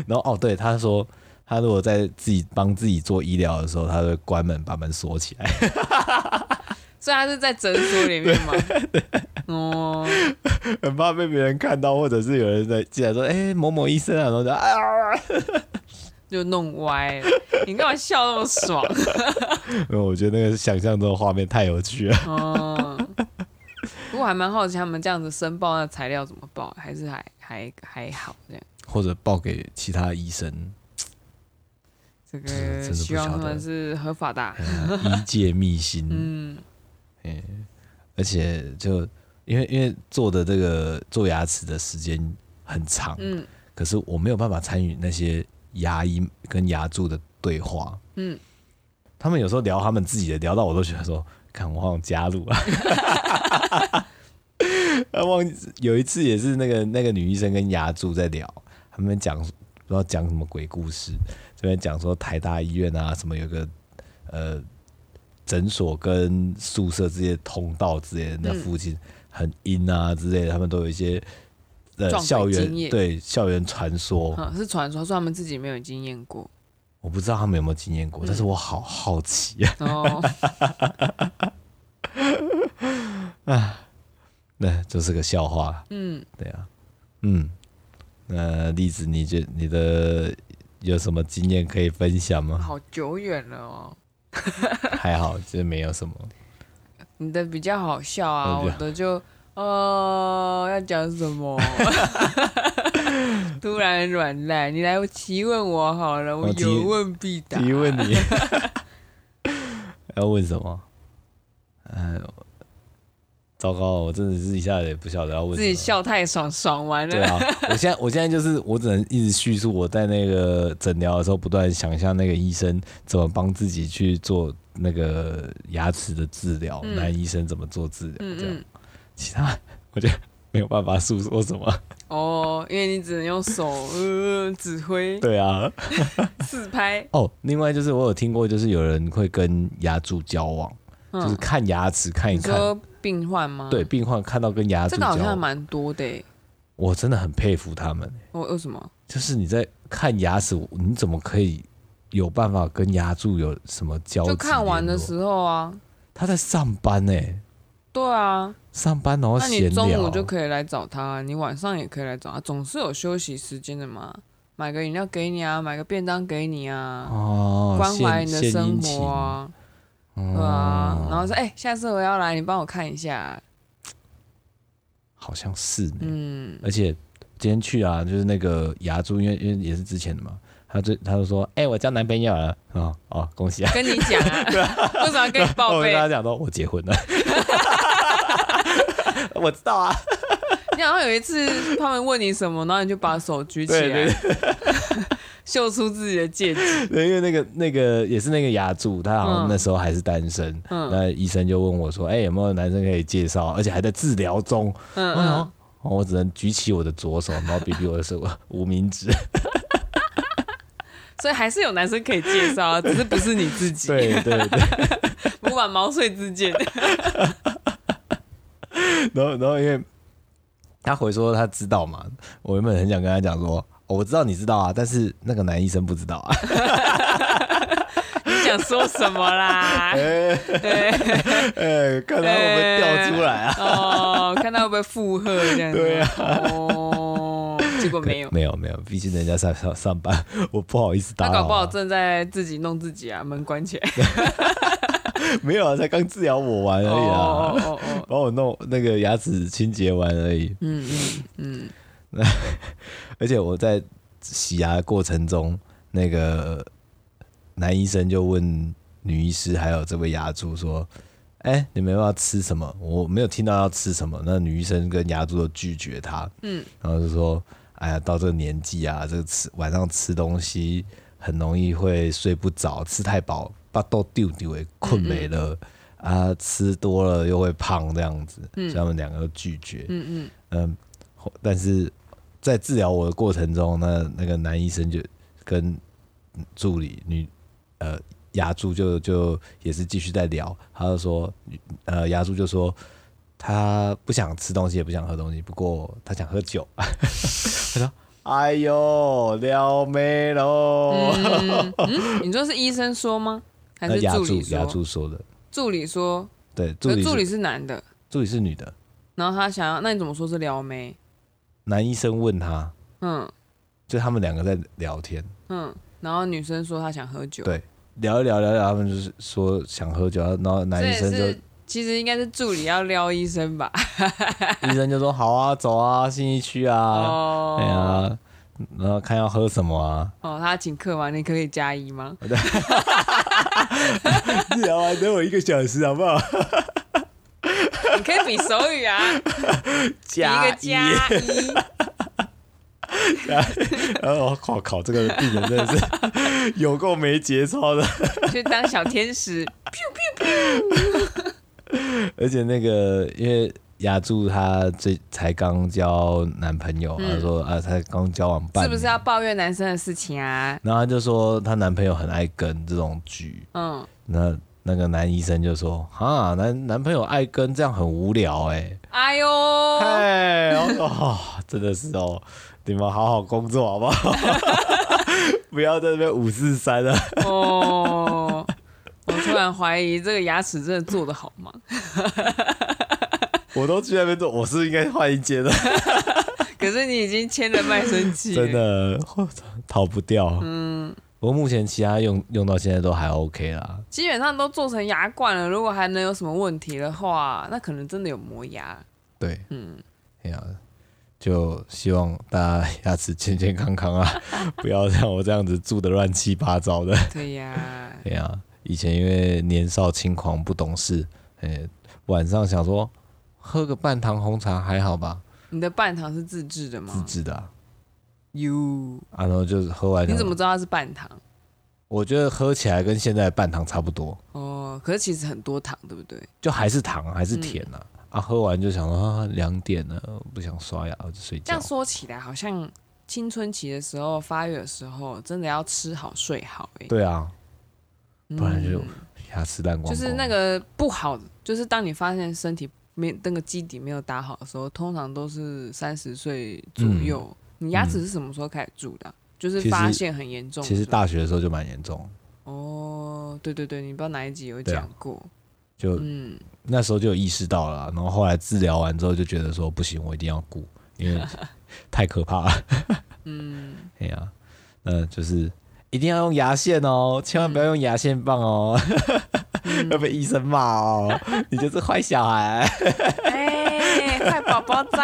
然后哦，对，他说他如果在自己帮自己做医疗的时候，他会关门把门锁起 来，
所以他是在诊所里面吗？哦，
很怕被别人看到，或者是有人在进来说，哎、某某医生啊，然后就啊，
就弄歪了，你干嘛笑那么爽？
因为我觉得那个想象中的画面太有趣 了，
哦，不过我还蛮好奇他们这样子申报那材料怎么报，还是还还还好这样。
或者报给其他医生，
这
真的
个
不
希望
晓
他
得哎
们是合法的啊。
嗯医界秘辛，哎
嗯，
而且就因为因为做的这个做牙齿的时间很长，
嗯
可是我没有办法参与那些牙医跟牙柱的对话。
嗯，
他们有时候聊他们自己的，聊到我都觉得说，看我好想加入啊。 他忘记有一次也是那个那个女医生跟牙柱在聊，他们讲不知道讲什么鬼故事，这边讲说台大医院啊什么有个呃诊所跟宿舍之间的通道之间
嗯
那附近很阴啊之类的，他们都有一些呃
撞鬼
校
经
园
验
对校园传说，
嗯，是传说，说他们自己没有经验 过。
我不知道他们有没有经验
嗯
过，但是我好好奇啊。
然后
那就是个笑话，
嗯，
对啊，嗯，那栗子，你觉你的有什么经验可以分享吗？
好久远了哦。
还好，这没有什 么。
你的比较好笑啊，
我比
我
较
的就呃要讲 什么？突然软烂，你来提问我好了，我
我哦提
有问必答。
提问 你，要问什么？哎呦，糟糕，我真的是一下子也不晓得要问
自
什
己
么。
笑太爽，爽 完
对
了。
啊，我现在我现在就是我只能一直叙述我在那个诊疗的时候，不断想象那个医生怎么帮自己去做那个牙齿的治疗，
嗯
男医生怎么做治疗
嗯
这样。
嗯，
其他我就没有办法诉说什 么。
哦，因为你只能用 手呃指挥
对啊，
四拍，
哦，另外就是我有听过，就是有人会跟牙柱交往，
嗯
就是看牙齿看一
你
看。
说病患吗？
对，病患看到跟牙柱
这个
交
好像
往，
蛮多的欸。
我真的很佩服他们。
我有什么？
就是你在看牙齿，你怎么可以有办法跟牙柱有什么交集
就
联络？
看完的时候啊，
他在上班呢、
对啊，
上班然后
那
闲
你
聊。
中午就可以来找他，你晚上也可以来找他，总是有休息时间的嘛。买个饮料给你啊，买个便当给你啊，
哦，
关怀
献
你的
献
生
殷勤
活啊，对啊。
哦
然后说，哎、下次我要来，你帮我看一下。
好像是呢。
嗯，
而且今天去啊，就是那个牙珠，因为因为也是之前的嘛，他就他就说，哎、我交男朋友了啊、哦，恭喜啊！
跟你讲 啊，为什么要跟你报
我跟
备？
他讲说，我结婚了。 我知道啊，
你好像有一次他们问你什么，然后你就把手举起来，
对对
秀出自己的戒指。
对，因为那个那个也是那个牙柱，他好像
嗯
那时候还是单身，
嗯
那医生就问我说，哎、有没有男生可以介绍？而且还在治疗中，
嗯
我想
嗯
说，哦我只能举起我的左手，然后比比我的手无名指。
所以还是有男生可以介 绍啊，只是不是你自己，
对对对，
无法毛遂自荐。
然后然后因为他回说他知道嘛，我原本很想跟他讲说，哦我知道你知道啊，但是那个男医生不知道啊。
你想说什么 啦？
哎，看他会不会掉出来啊？
哦，看他会不会附和这样子？
对
啊。哦，结果没有。
没有没有，毕竟人家上上上班，我不好意思打
他
扰啊。
搞不好正在自己弄自己啊，门关起来。
没有啊，才刚治疗我完而已啊，
哦哦哦，
把我弄那个牙齿清洁完而已。
嗯嗯 嗯，
而且我在洗牙的过程中，那个男医生就问女医师还有这位牙柱说：“哎、你们要不要吃什么？”我没有听到要吃什么，那女医生跟牙柱都拒绝他，
嗯，
然后就说：“哎呀，到这个年纪啊，这个吃晚上吃东西很容易会睡不着，吃太饱把豆丢丢诶，困没
嗯
了。啊，吃多了又会胖这样子，
嗯
所以他们两个都拒绝。嗯嗯但是在治疗我的过程中呢，那个男医生就跟助理女呃牙柱就就也是继续在聊，他就说呃牙柱就说他不想吃东西，也不想喝东西，不过他想喝酒。 他说：“哎呦，撩妹喽！”
你说是医生说吗？嗯还
那
是
呃牙
助
柱
理
牙
说？
柱说的，
助理说，
对，助
可
理
是助理
是
是男的，
助理是女的，
然后他想要，那你怎么说是撩妹？
男医生问他，
嗯
就他们两个在聊天，
嗯，然后女生说她想喝酒，
对聊一聊聊一聊，他们就是说想喝酒，然后男
这
医
也
生就是
其实应该是助理要撩医生吧？
医生就说好啊，走啊，新一区啊，
哦，。
对啊，然后看要喝什么啊
哦，他请客吗？你可以加一吗？
聊完等我一个小时好不好？
你可以比手语 啊，比一个加一。
然后我哦靠，这个病人真的是 有够没节操的。
去当小 天使。
而且那个因为雅柱她最才刚交男朋友，她、说啊，才刚交往半
是
年，
嗯不是要抱怨男生的事情啊？
然后她就说她男朋友很爱跟这种局，
嗯，
那那个男医生就说：“啊，男男朋友爱跟这样很无聊哎、
哎呦，
哎，我说哦，真的是哦，你们好好工作好不好？ 不要在那边五四三啊了。
哦，我突然怀疑这个牙齿真的做的好吗？
我都去那边做，我是不是应该换一间的，啊
可是你已经签了卖身契，
真。的逃不掉。嗯，不过目前其他用用到现在都还 OK 啦。
基本上都做成牙冠了，如果还能有什么问题的话，那可能真的有磨 牙。
对，嗯，哎呀，就希望大家牙齿健健康康啊， 不要像我这样子蛀的乱七八糟的。
对呀、
对呀、以前因为年少轻狂不懂事，哎、晚上想说喝个半糖红茶还好吧，
你的半糖是自制的
自
吗
制的啊，
？You，
啊然后就是喝完。
你怎么？知道它是半糖？
我觉得喝起来跟现在的半糖差不多，
哦，可是其实很多糖，对不对？
就还是糖啊还是甜啊。
嗯
啊，喝完就想说啊两点了，我不想刷牙，我就睡
这
觉
样。说起来，好像青春期的时候、发育的时候，真的要吃好睡好、欸，
对啊，
哎
不然就牙齿烂光光。
就是那个不好，就是当你发现身体没那个基底没有打好的时候，通常都是三十岁左右。你牙齿是什么时候开始蛀的啊、就是
嗯其实
发现很严重的时
其
候。
实大学的时候就蛮严重，
哦，对对对，你不知道哪一集有
啊
讲过，
就
嗯，
那时候就有意识到了啊、然后后来治疗完之后就觉得说不行，我一定要顾，因为太可怕 了。嗯， 哎呀、那就是一定要用牙线哦，千万不要用牙线棒哦，
嗯
要被医生骂哦，你就是坏小孩。
哎，坏宝宝 脏，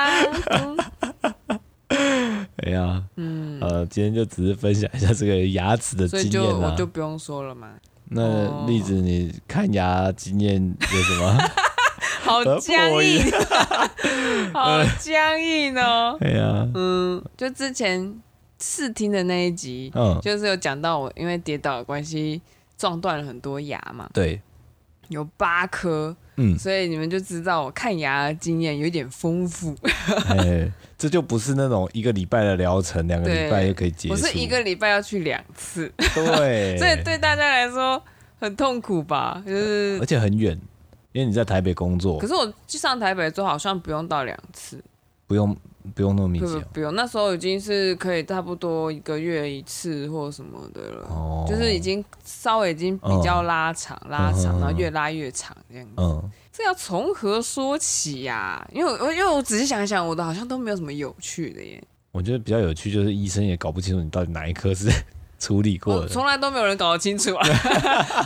哎呀、嗯，呃，今天就只是分享一下这个牙齿的
所
经
以就
验
我
啊
就。哦不用说了嘛，
那栗子，你看牙经验有什么？
好
呃
僵硬，啊好僵硬哦，
哎呀、
嗯，就之前试听的那一集，
嗯，
就是有讲到我因为跌倒的关系撞断了很多牙嘛，
对，
有八颗，
嗯，
所以你们就知道我看牙的经验有点丰富。
哎，这就不是那种一个礼拜的疗程，两个礼拜
对
就可以结束。
我是一个礼拜要去两次，
对，
所以对大家来说很痛苦吧？就是
而，且很远，因为你在台北工作
可，是我去上台北之后好像不用到两次，
不用不用那么密
不
集啊
不不用，那时候已经是可以差不多一个月一次或什么的了。
哦。
就是已经稍微已经比较拉长、拉长，
嗯嗯嗯
然后越拉越长这样子。
嗯，
这要从何说起呀、因为我因为我仔细想一想，我的好像都没有什么有趣的耶。
我觉得比较有趣就是医生也搞不清楚你到底哪一科是处理过
我
的。
哦从来都没有人搞得 清楚啊，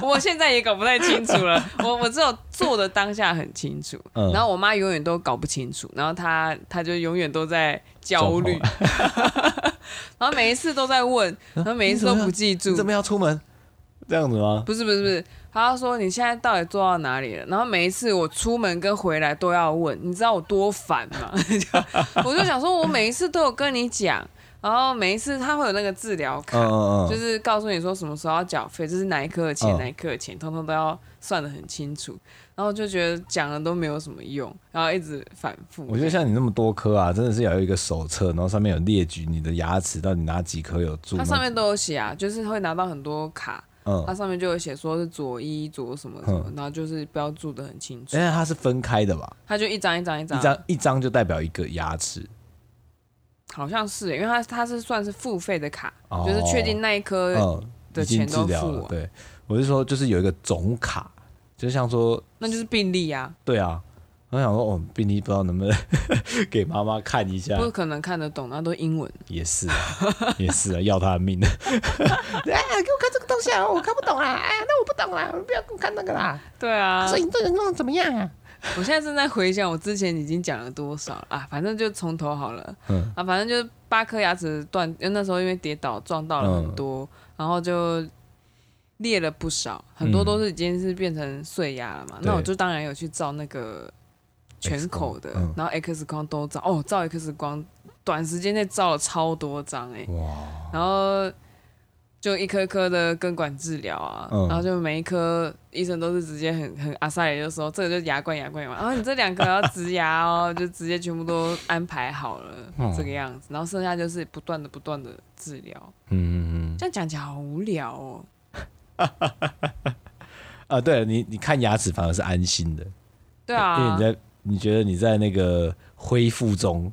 我现在也搞不太清楚了。我我只有做的当下很清楚，
嗯
然后我妈永远都搞不清楚，然后她她就永远都在焦 虑，然后每一次都在问，然后每一次都不记住
嗯你。怎么要出门？这样子吗？
不是不是不是，她说你现在到底做到哪里了？然后每一次我出门跟回来都要问，你知道我多烦吗？ 我就想说，我每一次都有跟你讲，然后每一次她会有那个治疗卡，
嗯嗯嗯，
就是告诉你说什么时候要缴费，这是哪一科的钱，
嗯
哪一科的钱，通通都要算的很清楚。然后就觉得讲了都没有什么用，然后一直反复。
我觉得像你那么多科啊，真的是要有一个手册，然后上面有列举你的牙齿到底哪几颗有蛀。
它上面都啊有写啊，就是会拿到很多卡，
嗯，
它上面就有写说是左一左什么什么，然后就是标注的很清楚
因。为它是分开的吧，
它就一张一张一张，
哎一张一张就代表一个牙齿。
好像是耶，因为它它是算是付费的卡，
哦
就是确定那一科
嗯，
的
已经
钱
治
都
疗
付
了。
完，
对，我是说，就是有一个总卡，就像说，
那就是病例啊，
对啊，我想说，哦，病例不知道能不 能给妈妈看一下，
不可能看得懂，那都英文。
也是啊， 也是啊，要她的 命的。
哎，给我看这个东西啊，我看不懂啊！哎呀，那我不懂啊，不要给我看那个啦。
对啊，
所以你这个弄得怎么样啊？
我现在正在回想我之前已经讲了多少了啊，反正就从头好了。
嗯
啊，反正就是八颗牙齿断，因为那时候因为跌倒撞到了很
嗯
多，然后就裂了不少，很多都是已经是变成碎牙了嘛。那我
嗯对
就当然有去照那个全口的
X 光嗯
然后 X 光都照，哦，照 X 光短时间内照了超多张哎、
哇，
然后就一颗颗的根管治疗啊，
嗯
然后就每一颗医生都是直接很很阿萨里就说这个就是牙冠牙冠牙冠，然后你这两颗要植牙哦，就直接全部都安排好 了、
嗯
这个样子，然后剩下就是不断的不断的治疗，
嗯嗯
这样讲起来好无聊哦。
嗯，啊，对了，你你看牙齿反而是安心的，
对
因为哎你，
啊
在你觉得你在那个恢复中，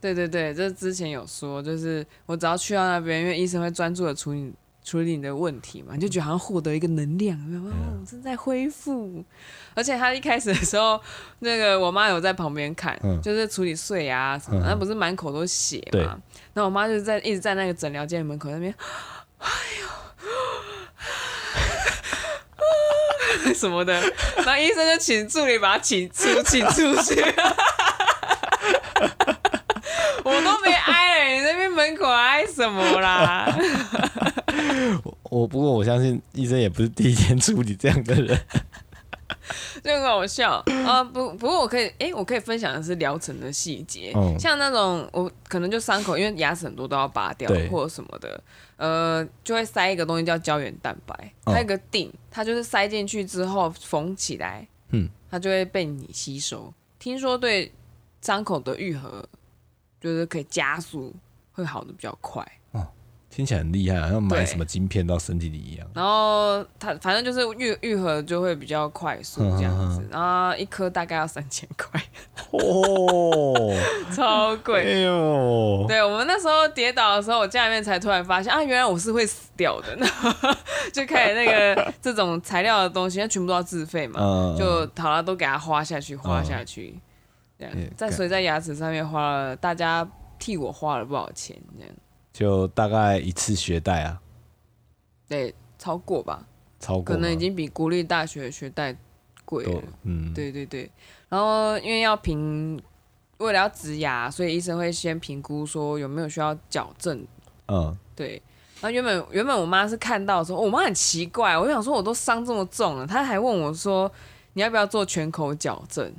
对对对，这之前有说，就是我只要去到那边，因为医生会专注的处理处理你的问题嘛，你就觉得好像获得一个能量，有没
嗯
有？哦我正在恢复。而且他一开始的时候，那个我妈有在旁边看，
嗯
就是处理碎牙、什么
嗯嗯
的，那、不是满口都血
对
嘛？那我妈就是在一直在那个诊疗间门口那边，哎呦， 什么的，然后医生就请助理把她请出，请出去。 我都没挨了，你那边门口挨什么啦？
我我不过我相信医生也不是第一天处理这样的人，
就很好笑啊！不，不过我可以，哎、我可以分享的是疗程的细节，
嗯
像那种我可能就伤口，因为牙齿很多都要拔掉
对
或者什么的，呃，就会塞一个东西叫胶原蛋白，
嗯
它有一个锭，它就是塞进去之后缝起来，
嗯，
它就会被你吸收。听说对伤口的愈合就是可以加速，会好的比较快。
听起来很厉害，好像买
对
什么晶片到身体里一样。
然后它反正就是愈愈合就会比较快速这
嗯
样子，然后一颗大概要三千块，
哦，
超
哎
贵。
呦，
对我们那时候跌倒的时候，我家里面才突然发现啊，原来我是会死掉的，那就开始那个这种材料的东西，那全部都要自费嘛，
嗯，
就好了，都给它花下去，花下去，这样
也，
在
感
所以在牙齿上面花了，大家替我花了不少钱，这样，
就大概一次学贷啊，
对，超过吧，
超过
可能已
吗
经比国立大学的学贷贵了
都。嗯，
对对对，然后因为要评，为了要植牙，所以医生会先评估说有没有需要矫正。
嗯，
对，然后原本原本我妈是看到说，哦我妈很奇怪，我想说我都伤这么重了，她还问我说你要不要做全口矫正？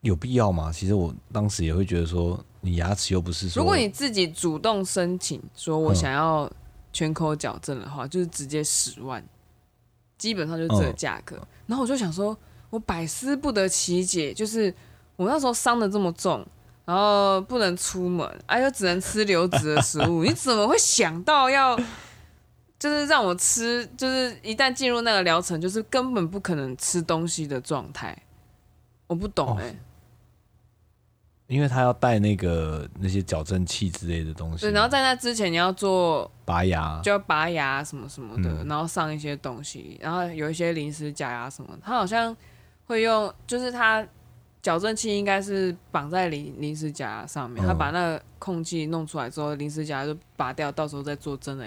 有必要吗？其实我当时也会觉得说，你牙齿又不是说，嗯
如果你自己主动申请说我想要全口矫正的话，就是直接十万，基本上就是这个价格。
嗯
然后我就想说，我百思不得其解，就是我那时候伤的这么重，然后不能出门，哎、又只能吃流质的食物， 你怎么会想到要？就是让我吃，就是一旦进入那个疗程，就是根本不可能吃东西的状态。我不
哦
懂哎、
因为他要带那个那些矫正器之类的东西，
对，然后在那之前你要做
拔牙，
就要拔牙什么什么的，
嗯
然后上一些东西，然后有一些临时假牙什么的，他好像会用，就是他矫正器应该是绑在临临时假牙上
嗯
面，他把那个空气弄出来之后，临时假牙就拔掉，到时候再做真的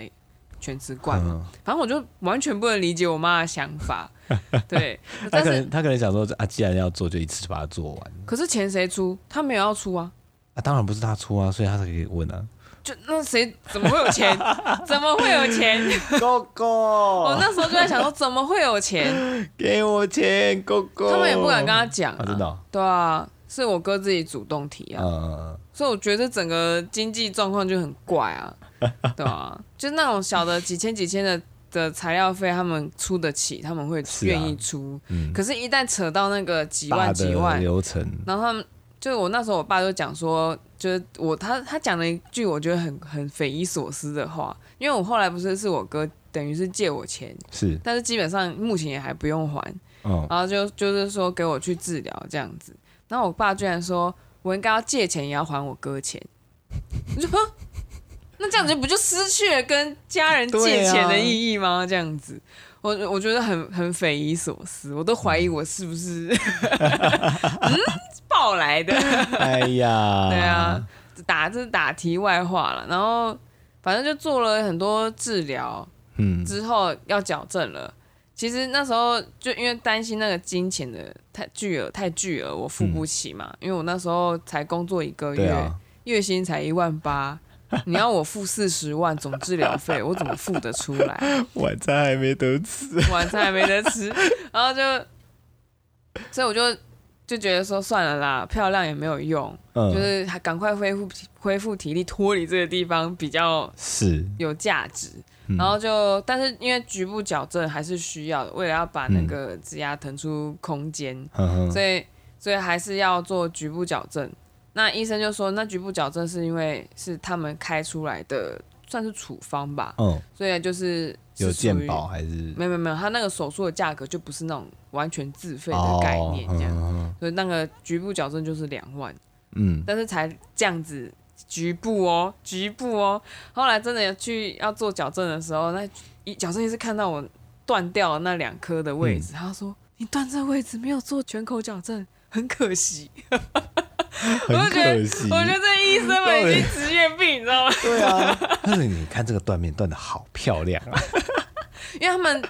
全瓷冠嘛。
嗯，
反正我就完全不能理解我妈的想 法，对，
他
但
可
是
能他可能想说啊，既然要做，就一次就把它做完
可是钱谁出？他没有要出啊。
啊，当然不是他出啊，所以他才可以问 啊，
就那谁怎么会有钱？怎么会有钱？
哥
我
哥，
哦那时候就在想说，怎么会有钱？
给我钱，哥哥，
他们也不敢跟他讲、
啊，真的哦，
对啊，是我哥自己主动提啊，
嗯，
所以我觉得整个经济状况就很怪 啊，对啊，就那种小的几千几千的的材料费，他们出得起，他们会
是啊
愿意出，
嗯
可是，一旦扯到那个几
大
万
的
几万，
流程，
然后他们就我那时候我爸就讲说，就是我他他讲了一句我觉得很很匪夷所思的话，因为我后来不是是我哥等于是借我钱，
是，
但是基本上目前也还不用还，
嗯，
然后就就是说给我去治疗这样子。然后我爸居然说我应该要借钱也要还我哥钱，我就说哼那这样子不就失去了跟家人借钱的意义吗？这样子，我我觉得很很匪夷所思，我都怀疑我是不是 嗯抱来的。
哎呀，
对啊，，打这是打题外话了。然后反正就做了很多治疗，
嗯，
之后要矫正了。其实那时候就因为担心那个金钱的太巨额太巨额，我付不起嘛。因为我那时候才工作一个
嗯对
月，
啊，
月薪才一万八，你要我付四十万总治疗费，我怎么付得出来？
晚餐还没得吃，
晚餐还没得吃，然后就，所以我就就觉得说算了啦，漂亮也没有用，
嗯，
就是还赶快恢复恢复体力，脱离这个地方比较
是，
有价值。
嗯
然后就，但是因为局部矫正还是需要的，为了要把那个植牙腾出空间，
嗯哼
所以所以还是要做局部矫正。那医生就说，那局部矫正是因为是他们开出来的算是处方吧，
嗯，
所以就是
有
是属于
健保还是
没有没有没有，他那个手术的价格就不是那种完全自费的概念这样，
哦
所以那个局部矫正就是两万，
嗯，嗯
但是才这样子局部哦，局部哦。后来真的去要做矫正的时候，那一矫正医师看到我断掉了那两颗的位
嗯
置，他说：“你断这位置没有做全口矫正，很可惜。
很
我就觉得
嗯可惜，
我觉得这医生们已经职业病，你知 道吗？
对啊。但是你看这个断面断的好漂亮 啊，
因为他们，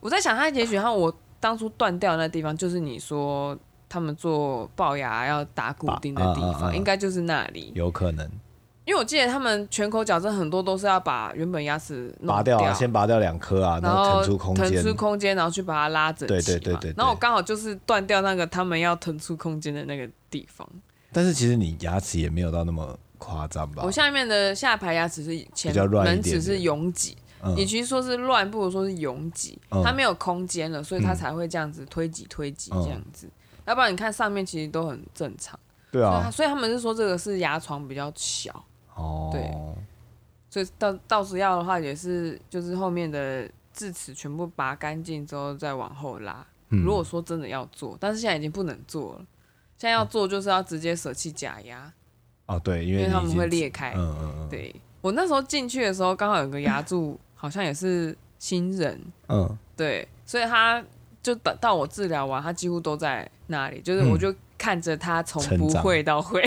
我在想，他也许他我当初断掉的那地方，就是你说他们做龅牙要打骨钉的地
啊啊啊啊
方，应该就是那里。
有可能
因为我记得他们全口矫正很多都是要把原本牙齿弄
拔掉啊，先拔掉两颗啊，
然
后
后
腾出空
腾
间
出，空间，然后去把它拉整齐嘛。
对对对对对
然后我刚好就是断掉那个他们要腾出空间的那个地方。
但是其实你牙齿也没有到那么夸张吧？
我下面的下排牙齿是前
比较乱一
门
点
齿是拥挤，
嗯
与其说是乱，不如说是拥挤
嗯，
它没有空间了，所以它才会这样子推挤推挤
嗯
这样子。要不然你看上面其实都很正常，
对
所以它
啊，
所以他们是说这个是牙床比较小，
哦，
对所以到到时要的话也是就是后面的智齿全部拔干净之后再往后拉。
嗯
如果说真的要做，但是现在已经不能做了，现在要做就是要直接舍弃假牙，
哦对，因为
因为
你
他
已
们
经
会裂开。
嗯嗯嗯，，
对我那时候进去的时候，刚好有个牙柱，好像也是新人，
嗯
对，所以他就等到我治疗完，他几乎都在那里，就是
嗯
我就看着他从
成
不
长
会到会，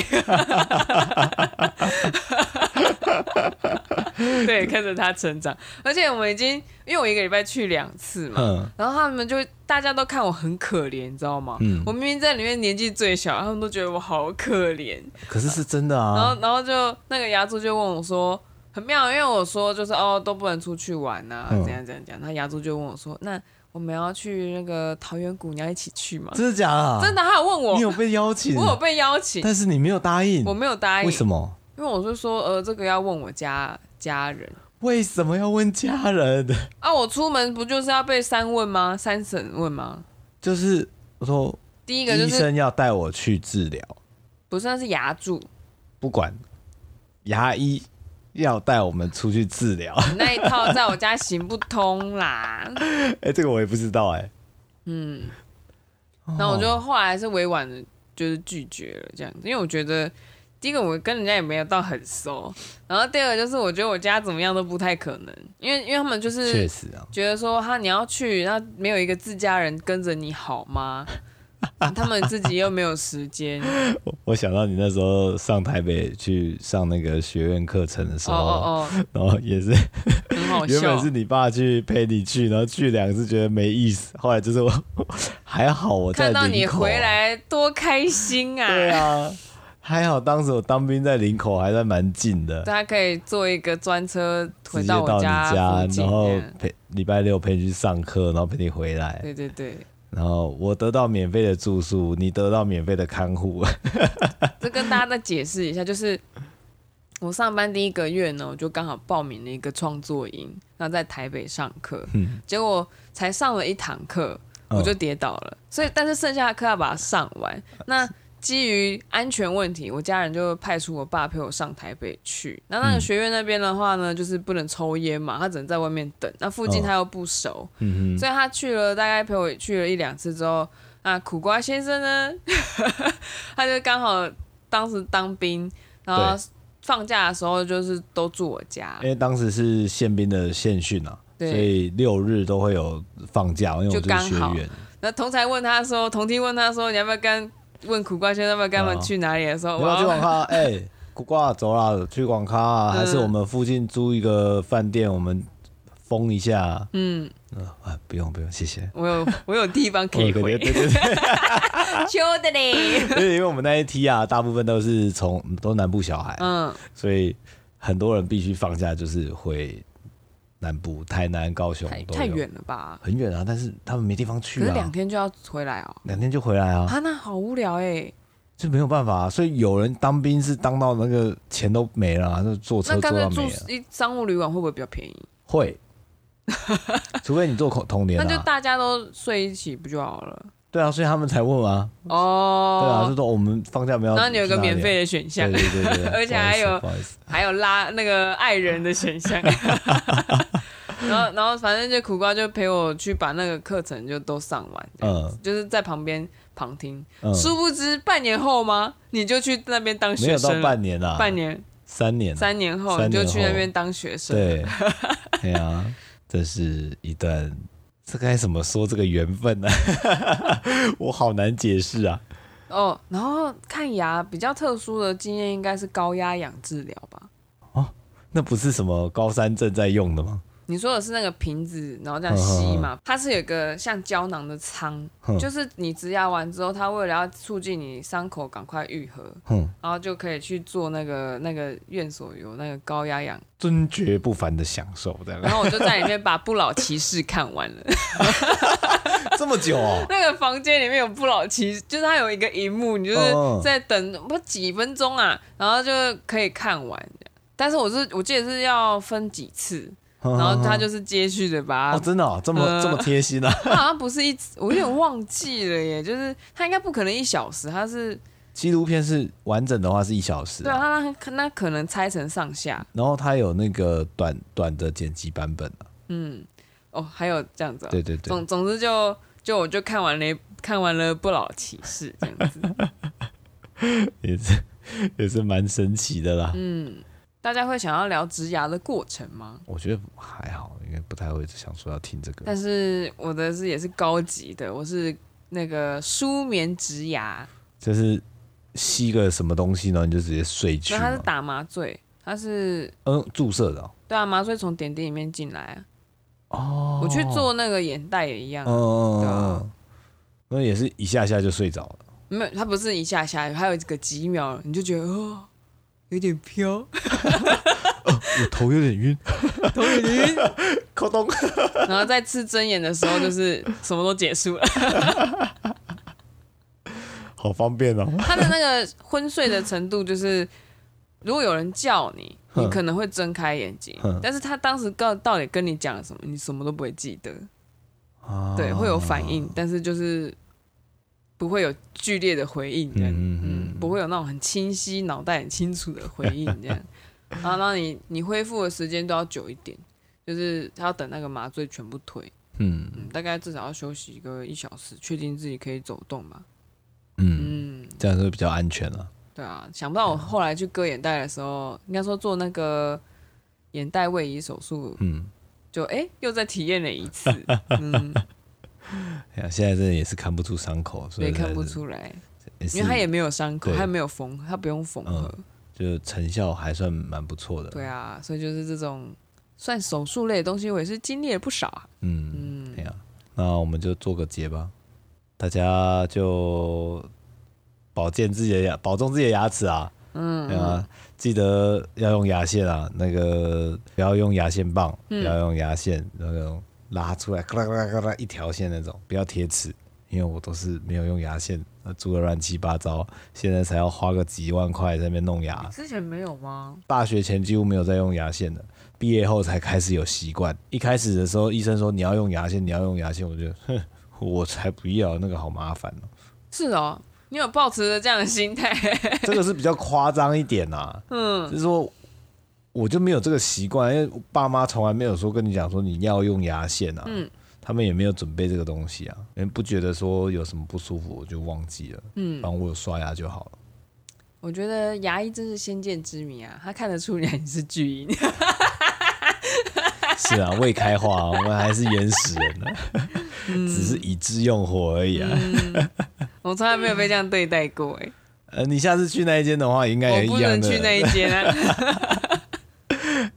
对，看着他成长，而且我们已经因为我一个礼拜去两次嘛，
嗯
然后他们就大家都看我很可怜，你知道吗？
嗯
我明明在里面年纪最小，他们都觉得我好可怜。
可是是真的
然
啊
后，，然后就那个牙柱就问我说，很妙，因为我说就是哦都不能出去玩呐、
嗯
怎样怎样讲。那牙柱就问我说，那我们要去那个桃源谷，你要一起去吗？
真的假的？
真的，他有问我
你，有被邀请，
我有被邀请，
但是你没有答应，
我没有答应，
为什？么？
因为我是说呃这个要问我家家人。
为什么要问家人？
啊，我出门不就是要被三问吗？三审问吗？
就是我说，
第一个就
医
是
生要带我去治疗，
不是那是牙柱，
不管牙医要带我们出去治疗。
那一套在我家行不通啦。
哎、这个我也不知道哎、
嗯，
哦
那我就后来还是委婉的，就是拒绝了这样子，因为我觉得第一个我跟人家也没有到很熟，然后第二个就是我觉得我家怎么样都不太可能，因为因为他们就
确
是
实啊，
觉得说哈你要去，那没有一个自家人跟着你好吗？ 他们自己又没有时间，
我我想到你那时候上台北去上那个学院课程的时
哦
候，
哦哦，
然后也是
很好
原本
哦笑
是。你爸去陪你去，然后去两次觉得没意思，后来就是我还好我在
看到你
林口啊
回，来啊多开心啊！
对啊，还好当时我当兵在林口还算蛮近的，
大家可以坐一个专车
直
啊回
接
到
到
我
你
附近
然后
这样
陪礼拜六陪你去上课，然后陪你回来，
对对对，
然后我得到免费的住宿，你得到免费的看 护，
这跟大家再解释一下，就是我上班第一个月呢，我就刚好报名了一个创作营，那在台北上课，
嗯
结果才上了一堂课，
嗯
我就跌倒了，所以但是剩下的课要把它上完。
嗯
那基于安全问题，我家人就派出我爸陪我上台北去。那那个学院那边的话呢，就是不能抽烟嘛，他只能在外面等。那附近
嗯
他又不熟，
嗯哼，
所以他去了大概陪我去了一两次之后，那苦瓜先生呢，他就刚好当时当兵，然后放假的时候就是都住我家
因，为当时是宪兵的宪训啊，所
对
以六日都会有放假，因为我
就
就是学
刚好
员，
那同才问他说，同梯问他说，你要不要跟问苦瓜先生要不要跟他们去哪里的时候，
哦你要不要去
我
网咖？哎、古挂走啦，去网咖、啊，
嗯
还是我们附近租一个饭店，我们封一下？
嗯，
啊，不用不用，谢谢。
我有我有地方可 以
我
回
对，对对对，
秋的嘞，
因为因为我们那一梯啊，大部分都是从都是南部小孩，
嗯，
所以很多人必须放假就是回南部，台南、高雄
太
都有
太，远了吧？
很远啊，但是他们没地方
可
去
是
啊
两，天就要回来哦，
两天就回来啊，
啊，那好无聊哎。
就没有办法、啊，所以有人当兵是当到那个钱都没了、啊，那坐车坐
那干
到
脆
没
住
了，
一商务旅馆会不会比较便宜？
会，除非你做同童年、啊，
那就大家都睡一起不就好了？
对啊，所以他们才问啊，
哦，
对啊，就说我们放假没有，
然后你有个免费的选项
啊对，对对对对
而且
不好意思
还有
不好意思，
还有拉那个爱人的选项。 然后，然后反正就苦瓜就陪我去把那个课程就都上完，嗯
嗯，
就是在旁边旁听。
嗯
殊不知半年后吗？你就去那边当
没
学
有到
生了，
半年啦，
半年、
三年，
三年后
三
你
年
就去那
后
边当学生。
对，对啊，这是一段，这该怎么说这个缘分呢、 我好难解释啊。
哦，然后看牙比较特殊的经验应该是高压氧治疗吧？
那不是什么高三正在用的吗？
你说的是那个瓶子，然后这样
嗯
吸嘛？它是有个像胶囊的仓，
哼
就是你植牙完之后，它为了要促进你伤口赶快愈合，
哼，
然后就可以去做那个那个院所有那个高压氧。
尊爵不凡的享受，这
然
样
后我就在里面把《不老骑士》看完了。
这么久哦，
那个房间里面有《不老骑士》，就是它有一个荧幕，你就是在等不几分钟啊，然后就可以看完。但是我是我记得是要分几次，然后它就是接续的把 它
哦，真的哦，这么、
呃
这么贴心啊。
它好像不是一直，我有点忘记了耶，就是它应该不可能一小时，它是
纪录片是完整的话是一小时、
对
啊，
啊，它那那可能拆成上下，
然后它有那个短短的剪辑版本啊。
嗯，哦，还有这样子、哦，
对对对，
总总之就就我就看完了看完了《不老骑士》 这样子，
也是 也是蛮神奇的啦。
嗯，大家会想要聊植牙的过程吗？
我觉得还好，应该不太会想说要听这个。
但是我的是也是高级的，我是那个舒眠植牙，
就是吸个什么东西，然后你就直接睡去
那它是
嘛。
打麻醉，它是
嗯，注射的哦。
对啊，麻醉从点滴里面进来啊，
哦
我去，做那个眼袋也一样啊、
嗯嗯
对
嗯
啊
嗯，那也是一下下就睡着了。
没有，它不是一下下，还有一个几秒，你就觉得哦，有点 飘，
我头有点 晕，
头有点晕，
扣动。
然后再次睁眼的时候，就是什么都结束了。
好方便哦。
它的那个昏睡的程度，就是如果有人叫你，你
哼
可能会睁开眼睛
哼，
但是他当时告到底跟你讲了什么，你什么都不会记得，
哦
对，会有反应，但是就是不会有剧烈的回应，这样，
嗯嗯
嗯
嗯
不会有那种很清晰、脑袋很清楚的回应， 这样，然后让你你恢复的时间都要久一点，就是他要等那个麻醉全部退，
嗯
嗯，大概至少要休息一个一小时，确定自己可以走动吧，
嗯，
嗯，
这样是不是比较安全了。
对啊，想不
嗯
到我后来去割眼袋的时候，应该说做那个眼袋位移手术，
嗯，
就哎、又再体验了一 次，嗯，
哎呀，现在真的也是看不出伤口，所
对，
以
看不
还是，
出来，
也是
因为它也没有伤口，
对嗯
它没有缝，它不用缝合，
就成效还算蛮不错的。
对啊，所以就是这种算手术类的东西，我也是经历了不少啊。
嗯，对呀，那我们就做个结吧，大家就保健自己的牙，保重自己的牙齿啊。嗯，对啊，记得要用牙线啊，那个不要用牙线棒，不
嗯
要用牙线那种拉出来，咔啦咔啦咔啦一条线那种，不要贴齿，因为我都是没有用牙线，呃蛀的乱七八糟，现在才要花个几万块在那边弄牙。
之前没有吗？
大学前几乎没有在用牙线的，毕业后才开始有习惯。一开始的时候，医生说你要用牙线，你要用牙线，我就哼，我才不要，那个好麻烦 哦、
是哦，你有抱持着这样的心态，
这个是比较夸张一点呐、嗯，就是说我就没有这个习惯，因为我爸妈从来没有说跟你讲说你要用牙线啊，嗯，他们也没有准备这个东西啊，也不觉得说有什么不舒服，我就忘记了，嗯，然后我有刷牙就好了。
我觉得牙医真是先见之明啊，他看得出来你是巨婴。
是啊，未开化啊，我们还是原始人 呢、只是已知用火而已啊。
我从来没有被这样对待过哎、
呃，你下次去那一间的话，应该也
我
一
不
样
能
的。
去那一 间啊。
啊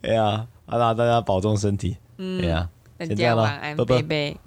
哎呀，好啦，大家保重身体。嗯，哎呀，
大
先这样咯
家晚安，
拜拜
拜拜